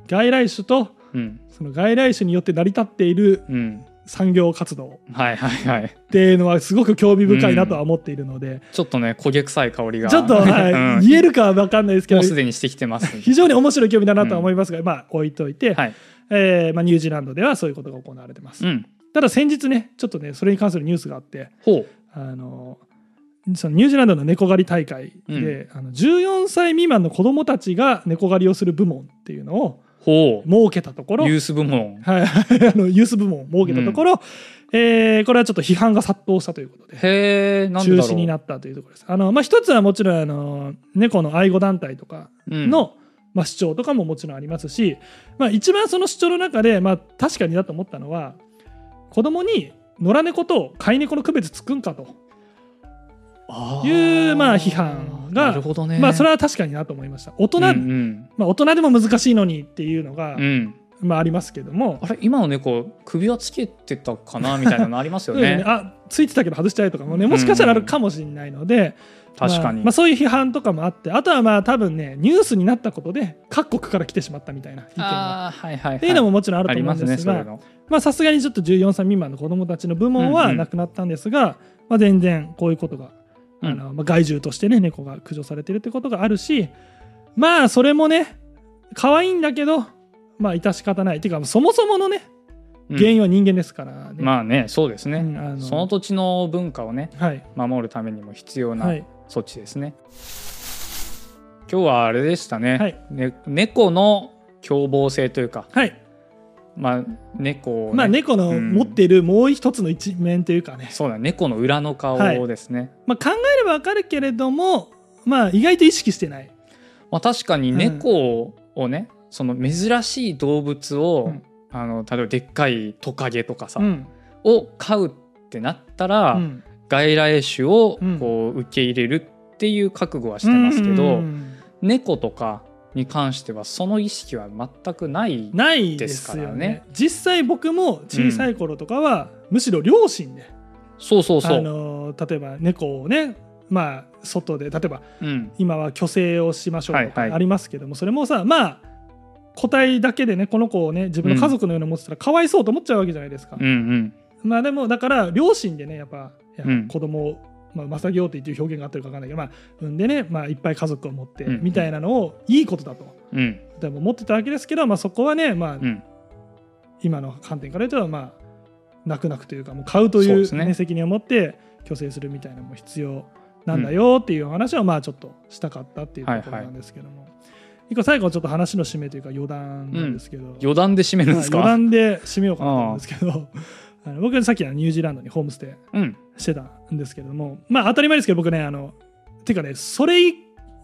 Speaker 1: 外来種と
Speaker 2: うん
Speaker 1: その外来種によって成り立っている
Speaker 2: うん
Speaker 1: 産業活動
Speaker 2: はいはいはい。
Speaker 1: っていうのはすごく興味深いなとは思っているので、
Speaker 2: ちょっとね焦げ臭い香りが
Speaker 1: ちょっと、はい
Speaker 2: うん
Speaker 1: 言えるかは分かんないですけ
Speaker 2: も
Speaker 1: ど
Speaker 2: うすでにしてきてます。
Speaker 1: 非常に面白い興味だなとは思いますが、まあ置いといて、
Speaker 2: はい。
Speaker 1: えーまあ、ニュージーランドではそういうことが行われてます。
Speaker 2: うん。
Speaker 1: ただ先日ねちょっとねそれに関するニュースがあって
Speaker 2: ほ
Speaker 1: あのそのニュージーランドの猫狩り大会で、あの14歳未満の子どもたちが猫狩りをする部門っていうのを
Speaker 2: うほう
Speaker 1: 設けたところ
Speaker 2: ユース部門
Speaker 1: はい、 あのユース部門を設けたところ、えーこれはちょっと批判が殺到したということで
Speaker 2: へえなん
Speaker 1: 中
Speaker 2: でだろう
Speaker 1: 止になったというところです。あのまあ、一つはもちろんあの猫の愛護団体とかの、まあ、主張とかももちろんありますし、まあ、一番その主張の中で、まあ、確かにだと思ったのは子供に野良猫と飼い猫の区別つくんかと、
Speaker 2: うん
Speaker 1: いうまあ批判が
Speaker 2: なるほどね
Speaker 1: まあ、それ
Speaker 2: は
Speaker 1: は確かになと思いました大人、
Speaker 2: うん
Speaker 1: まあ、大人でも難しいのにっていうのが、
Speaker 2: うんうん
Speaker 1: まあ、ありますけども
Speaker 2: あれ今の猫首輪つけてたかなみたいなのあ りますよ
Speaker 1: そうです
Speaker 2: ね
Speaker 1: ねあついてたけど外しちゃえとかもねもしかしたらあるかもしれないので、
Speaker 2: 確かに、
Speaker 1: まあまあそういう批判とかもあってあとはまあ多分ねニュースになったことで各国から来てしまったみたいな意見が。
Speaker 2: あーはいはいはい
Speaker 1: っていうのももちろんある
Speaker 2: あ
Speaker 1: と
Speaker 2: り
Speaker 1: 思う
Speaker 2: ま
Speaker 1: ん
Speaker 2: す
Speaker 1: で
Speaker 2: ね
Speaker 1: す
Speaker 2: そうい
Speaker 1: が
Speaker 2: うの
Speaker 1: まあさすがにちょっと14歳未満の子どもたちの部門
Speaker 2: うん
Speaker 1: は
Speaker 2: うん
Speaker 1: なくなったんですが、まあ、全然こういうことが、
Speaker 2: うん
Speaker 1: あのまあ、害獣としてね猫が駆除されてるってことがあるしまあそれもね可愛いんだけどまあ致し方ないっていうかそもそものね
Speaker 2: うん
Speaker 1: 原因は人間ですからね、
Speaker 2: まあねそうです
Speaker 1: う
Speaker 2: ね、
Speaker 1: んあの
Speaker 2: その土地の文化をね
Speaker 1: はい
Speaker 2: 守るためにも必要な
Speaker 1: はい
Speaker 2: 措置ですね、今日はあれでしたね,、
Speaker 1: はい
Speaker 2: ね猫の凶暴性というか
Speaker 1: はい
Speaker 2: まあ猫をね、
Speaker 1: まあ猫の持ってるもう一つの一面というかね、
Speaker 2: そうだ猫の裏の顔
Speaker 1: はい
Speaker 2: ですね、
Speaker 1: まあ、考えればわかるけれどもまあ意外と意識してない、
Speaker 2: まあ、確かに
Speaker 1: ん
Speaker 2: 猫をね、その珍しい動物を、
Speaker 1: うん
Speaker 2: あの例えばでっかいトカゲとかさ、
Speaker 1: うん
Speaker 2: を飼うってなったら、
Speaker 1: うん
Speaker 2: 外来種を
Speaker 1: うん
Speaker 2: こう受け入れるっていう覚悟はしてますけど、
Speaker 1: うん
Speaker 2: 猫とかに関してはその意識は全くない
Speaker 1: ないで
Speaker 2: です
Speaker 1: す
Speaker 2: か
Speaker 1: よ
Speaker 2: ら
Speaker 1: ね
Speaker 2: ね
Speaker 1: 実際僕も小さい頃とかは、むしろ両親で、
Speaker 2: そうそうそ
Speaker 1: あ
Speaker 2: う、
Speaker 1: のー例えば猫をねまあ外で例えば
Speaker 2: うん、
Speaker 1: 今は虚勢をしましょうと
Speaker 2: はいはい
Speaker 1: かありますけども、それもさまあ個体だけでねこの子をね自分の家族のように持ってたらかわいそうと思っちゃうわけじゃないですか、
Speaker 2: うんうん
Speaker 1: まあでもだから両親でねやっぱいや
Speaker 2: うん
Speaker 1: 子供を、まあ、まさぎょうてっていう表現があってるかわかんないけど、まあ、産んでね、まあ、いっぱい家族を持って
Speaker 2: うん
Speaker 1: みたいなのをいいことだと。
Speaker 2: うん
Speaker 1: でも持ってたわけですけど、まあ、そこはね、まあ、
Speaker 2: うん
Speaker 1: 今の観点から言うとまあ泣く泣くというかもう買うとい
Speaker 2: そう
Speaker 1: う、
Speaker 2: です
Speaker 1: ね
Speaker 2: ね
Speaker 1: 責任を持って虚勢するみたいなのも必要なんだよっていうお話をまあちょっとしたかったっていうところなんですけども、一個最後ちょっと話の締めというか余談なんですけど、
Speaker 2: 余談で締めるん
Speaker 1: まあ
Speaker 2: ですか、
Speaker 1: 余談で締めようかなと思うんですけど あの僕さっきあのニュージーランドにホームステ
Speaker 2: うん
Speaker 1: イしてたんですけどもまあ当たり前ですけど僕ねあのていうかねそれ以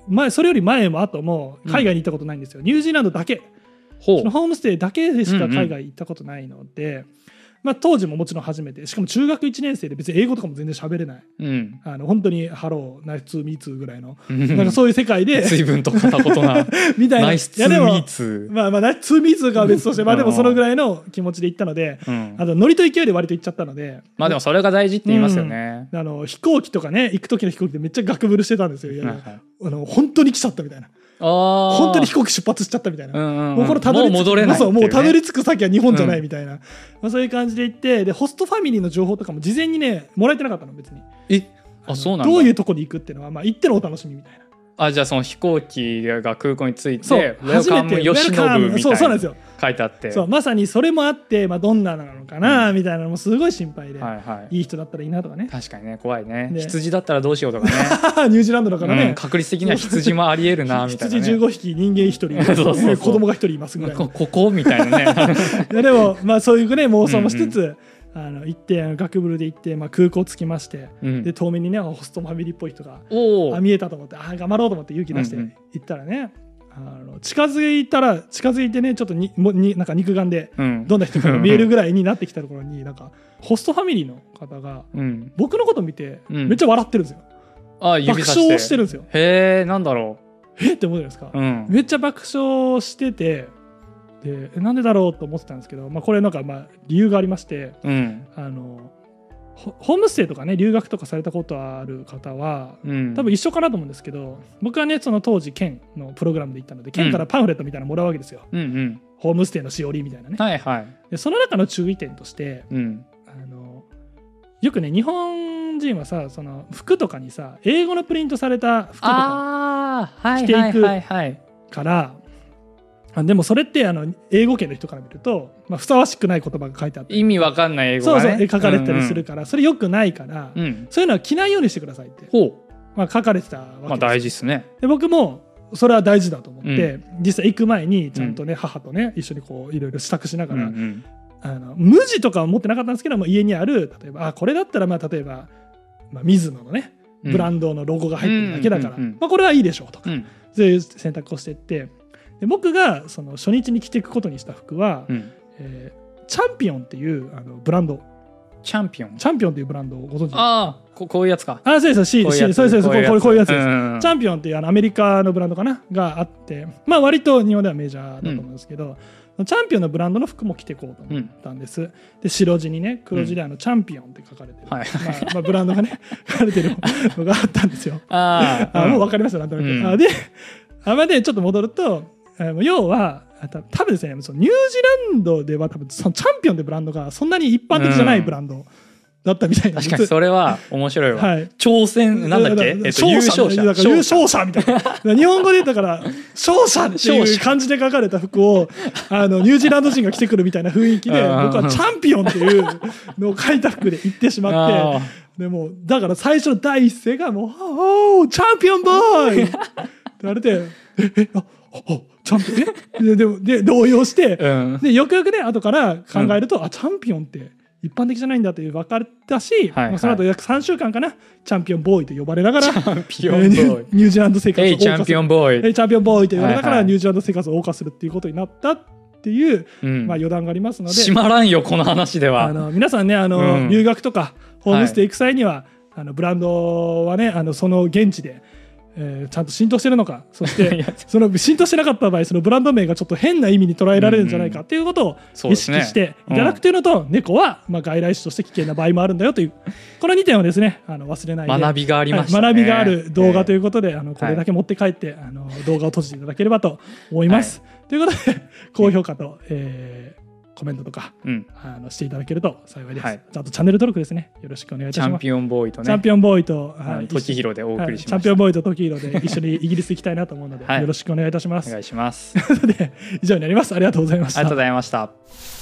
Speaker 1: 前それより前も後も海外に行ったことないんですよ、ニュージーランドだけ。
Speaker 2: ほ
Speaker 1: そのホームステイだけでし
Speaker 2: うんう
Speaker 1: か
Speaker 2: ん
Speaker 1: 海外行ったことないので、まあ、当時ももちろん初めてしかも中学1年生で別に英語とかも全然喋れないう
Speaker 2: うん
Speaker 1: あの本当に「ハローナイス・ツー・ミーツー」ぐらいの
Speaker 2: な
Speaker 1: なんかそういう世界 で
Speaker 2: 随分と片言な
Speaker 1: み たいな
Speaker 2: ナイス
Speaker 1: い
Speaker 2: ツー
Speaker 1: やで
Speaker 2: ミ
Speaker 1: も
Speaker 2: ーツ
Speaker 1: まあまあナイス・ツー・ミーツーかは別としてまあでも
Speaker 2: うん
Speaker 1: そのぐらいの気持ちで行ったので
Speaker 2: ー、うん
Speaker 1: あとノリと勢いで割と行っちゃったので
Speaker 2: まあでもそれが大事って言いますよね、
Speaker 1: あの飛行機とかね行く時の飛行機でめっちゃガクブルしてたんですよいや
Speaker 2: はいはい
Speaker 1: あの本当に来ちゃったみたいな
Speaker 2: ああ
Speaker 1: 本当に飛行機出発しちゃったみたいな
Speaker 2: うんうんうん
Speaker 1: もうこれたどり着く
Speaker 2: もう戻れないって
Speaker 1: そ
Speaker 2: い
Speaker 1: うう
Speaker 2: ね
Speaker 1: もうたどり着く先は日本じゃな
Speaker 2: う
Speaker 1: いみたいな、まあ、そういう感じで行ってでホストファミリーの情報とかも事前にねもらえてなかったの別に
Speaker 2: え
Speaker 1: の
Speaker 2: あそうなんだ
Speaker 1: どういうとこに行くっていうのは、まあ、行ってのお楽しみみたいな
Speaker 2: あじゃあその飛行機が空港に着いて
Speaker 1: そう
Speaker 2: ウェルカム
Speaker 1: ウェルカム
Speaker 2: 慶喜
Speaker 1: そうそうなん
Speaker 2: み
Speaker 1: です
Speaker 2: たい
Speaker 1: よ
Speaker 2: な書いてあって
Speaker 1: そうまさにそれもあって、まあ、どんななのかなみたいなのもすごい心配で、
Speaker 2: はいはい
Speaker 1: い、い人だったらいいなとかね
Speaker 2: 確かにね怖いね
Speaker 1: ね
Speaker 2: 羊だったらどうしよ うとかね
Speaker 1: ニュージーランドだから
Speaker 2: うん
Speaker 1: ね、
Speaker 2: 確率的には羊もありえるなみたいな、
Speaker 1: 羊
Speaker 2: ね、
Speaker 1: 15匹人間1人
Speaker 2: そうそうそう
Speaker 1: 子供が1人います ぐらいの
Speaker 2: こここみたい なね
Speaker 1: いやでもまあそういうね妄想もしつつ、あの行ってあの学部で行って、まあ、空港着きまして
Speaker 2: うん
Speaker 1: で遠目にねホストファミリーっぽい人が
Speaker 2: おお
Speaker 1: あ見えたと思ってあー頑張ろうと思って勇気出して
Speaker 2: うんうん
Speaker 1: 行ったらね、あの近づいたら近づいてねちょっとにもになんか肉眼で
Speaker 2: うん
Speaker 1: どんな人 かが見えるぐらいになってきたところになんかホストファミリーの方が
Speaker 2: うん
Speaker 1: 僕のこと見て
Speaker 2: うん
Speaker 1: めっちゃ笑ってるんですよ、
Speaker 2: あ
Speaker 1: 爆
Speaker 2: 指さして
Speaker 1: 笑してるんですよ
Speaker 2: へえなんだろ
Speaker 1: えっって思うじゃないですか、
Speaker 2: ううん
Speaker 1: めっちゃ爆笑しててでえなんでだろうと思ってたんですけど、まあ、これなんかまあ理由がありまして
Speaker 2: うん
Speaker 1: あのホホームステイとかね留学とかされたことある方は
Speaker 2: うん
Speaker 1: 多分一緒かなと思うんですけど僕はねその当時県のプログラムで行ったので県からパンフレットみたいなのもらうわけですよ、
Speaker 2: うんうん
Speaker 1: ホームステイのしおりみたいなね
Speaker 2: はいはい
Speaker 1: でその中の注意点として
Speaker 2: うん
Speaker 1: あのよくね日本人はさその服とかにさ英語のプリントされた服とか
Speaker 2: ああーは
Speaker 1: 着てい
Speaker 2: い
Speaker 1: く
Speaker 2: はいはいはい
Speaker 1: からあでもそれってあの英語圏の人から見ると、まあ、ふさわしくない言葉が書いてあって
Speaker 2: 意味わかんない英語
Speaker 1: そう
Speaker 2: が、
Speaker 1: そう
Speaker 2: ね、
Speaker 1: 書かれてたりするから、それよくないから、
Speaker 2: うん、うんうん
Speaker 1: そういうのは着ないようにしてくださいって、
Speaker 2: ほ
Speaker 1: まあ、書かれてたわけで
Speaker 2: う
Speaker 1: す、
Speaker 2: まあ大事ですね
Speaker 1: で僕もそれは大事だと思って、実際行く前にちゃんとね、母とね一緒にこういろいろ支度しながら、
Speaker 2: うんうん
Speaker 1: あの無地とかは持ってなかったんですけども家にある例えばあこれだったらまあ例えば、まあ、水野のねブランドのロゴが入ってるだけだから、
Speaker 2: うんうんうんうん
Speaker 1: まあ、これはいいでしょうとか、
Speaker 2: うん
Speaker 1: そういう選択をしてってで僕がその初日に着ていくことにした服は、
Speaker 2: うん
Speaker 1: えーチャンピオンっていうあのブランド
Speaker 2: チャンピオン
Speaker 1: チャンピオンっていうブランドをご存知あ
Speaker 2: ああここういうやつか
Speaker 1: あそうです
Speaker 2: こ
Speaker 1: C
Speaker 2: ういうや
Speaker 1: C
Speaker 2: つ
Speaker 1: そうですそうですこうこういうやつです、
Speaker 2: ん
Speaker 1: チャンピオンっていうあのアメリカのブランドかながあってまあ割と日本ではメジャーだと思うんですけど、チャンピオンのブランドの服も着ていこうと思ったんです、で白地にね黒字であのチャンピオンって書かれてる、
Speaker 2: はい
Speaker 1: まあまあ、ブランドがね書かれてるのがあったんですよ
Speaker 2: ああ
Speaker 1: あもう
Speaker 2: わ
Speaker 1: 分かりましたなんとなく、
Speaker 2: うん
Speaker 1: あであまあでちょっと戻るとあの要はあた多分ですねそのニュージーランドでは多分そのチャンピオンってブランドがそんなに一般的じゃないブランドだったみたいなんで
Speaker 2: 確
Speaker 1: す、
Speaker 2: かにそれは面白いわ、
Speaker 1: はい
Speaker 2: 挑戦なんだっけ、えっと、優勝者
Speaker 1: だから優勝者みたいなだ から日本語で言ったから勝者って
Speaker 2: 勝
Speaker 1: いう
Speaker 2: 者
Speaker 1: 漢字で書かれた服をあのニュージーランド人が着てくるみたいな雰囲気で
Speaker 2: う
Speaker 1: 僕
Speaker 2: ん
Speaker 1: はチャンピオンっていうのを書いた服で行ってしま
Speaker 2: あ
Speaker 1: ってでもうだから最初の第一声がもう「おーチャンピオンボーイ!」って言 われて「ええああチャンピオンえででもで動揺 して、
Speaker 2: ーうん
Speaker 1: でよくよくね後から考えると、あチャンピオンって一般的じゃないんだという分かったし、
Speaker 2: はい
Speaker 1: まあ、その後約3週間かなチャンピオンボーイと呼ばれながら
Speaker 2: チャンピオンボ
Speaker 1: え
Speaker 2: ー
Speaker 1: ーニュージーランド生活
Speaker 2: イ
Speaker 1: を
Speaker 2: えいチャンピオンボー
Speaker 1: え
Speaker 2: イ
Speaker 1: ーチャンピオンボーイと言われながら、
Speaker 2: はいはい
Speaker 1: ニュージーランド生活を謳歌するっていうことになったっていう、
Speaker 2: うん
Speaker 1: まあ、余談がありますので
Speaker 2: 閉まらんよこの話で
Speaker 1: あ
Speaker 2: は
Speaker 1: の皆さんねあの、
Speaker 2: うん
Speaker 1: 留学とかホームステイ行く際には、あのブランドはねあのその現地で。えーちゃんと浸透してるのかそし
Speaker 2: い
Speaker 1: て
Speaker 2: や
Speaker 1: その浸透してなかった場合そのブランド名がちょっと変な意味に捉えられるんじゃないかっていうことを
Speaker 2: そう
Speaker 1: 意
Speaker 2: ですね
Speaker 1: 識していただくというのと、猫はまあ外来種として危険な場合もあるんだよというこの2点をですねあの忘れないで
Speaker 2: 学びがありました、ね
Speaker 1: はい学びがある動画と
Speaker 2: いう、
Speaker 1: いうことで、あのこれだけ持って帰って、あの動画を閉じていただければと思います。ということで高評価と、えーコメントとか
Speaker 2: うん、
Speaker 1: あのしていただけると幸いです。
Speaker 2: はい
Speaker 1: あとチャンネル登録ですね。よろしくお願いい
Speaker 2: チ
Speaker 1: たし
Speaker 2: ャン
Speaker 1: ます。
Speaker 2: ピオンボーイと
Speaker 1: チャン
Speaker 2: ね
Speaker 1: ピオンボーイと、
Speaker 2: あ
Speaker 1: はい
Speaker 2: の時広でお送りし
Speaker 1: は
Speaker 2: ま
Speaker 1: い
Speaker 2: し
Speaker 1: チ
Speaker 2: た、
Speaker 1: ャンピオンボーイとトキヒロで一緒にイギリス行きたいなと思うので、
Speaker 2: はい
Speaker 1: よろしくお願いいたしま
Speaker 2: お
Speaker 1: す。
Speaker 2: 願いします
Speaker 1: ということで以上になります。ありがとうございまし
Speaker 2: あり
Speaker 1: た
Speaker 2: がとうご。ざいました。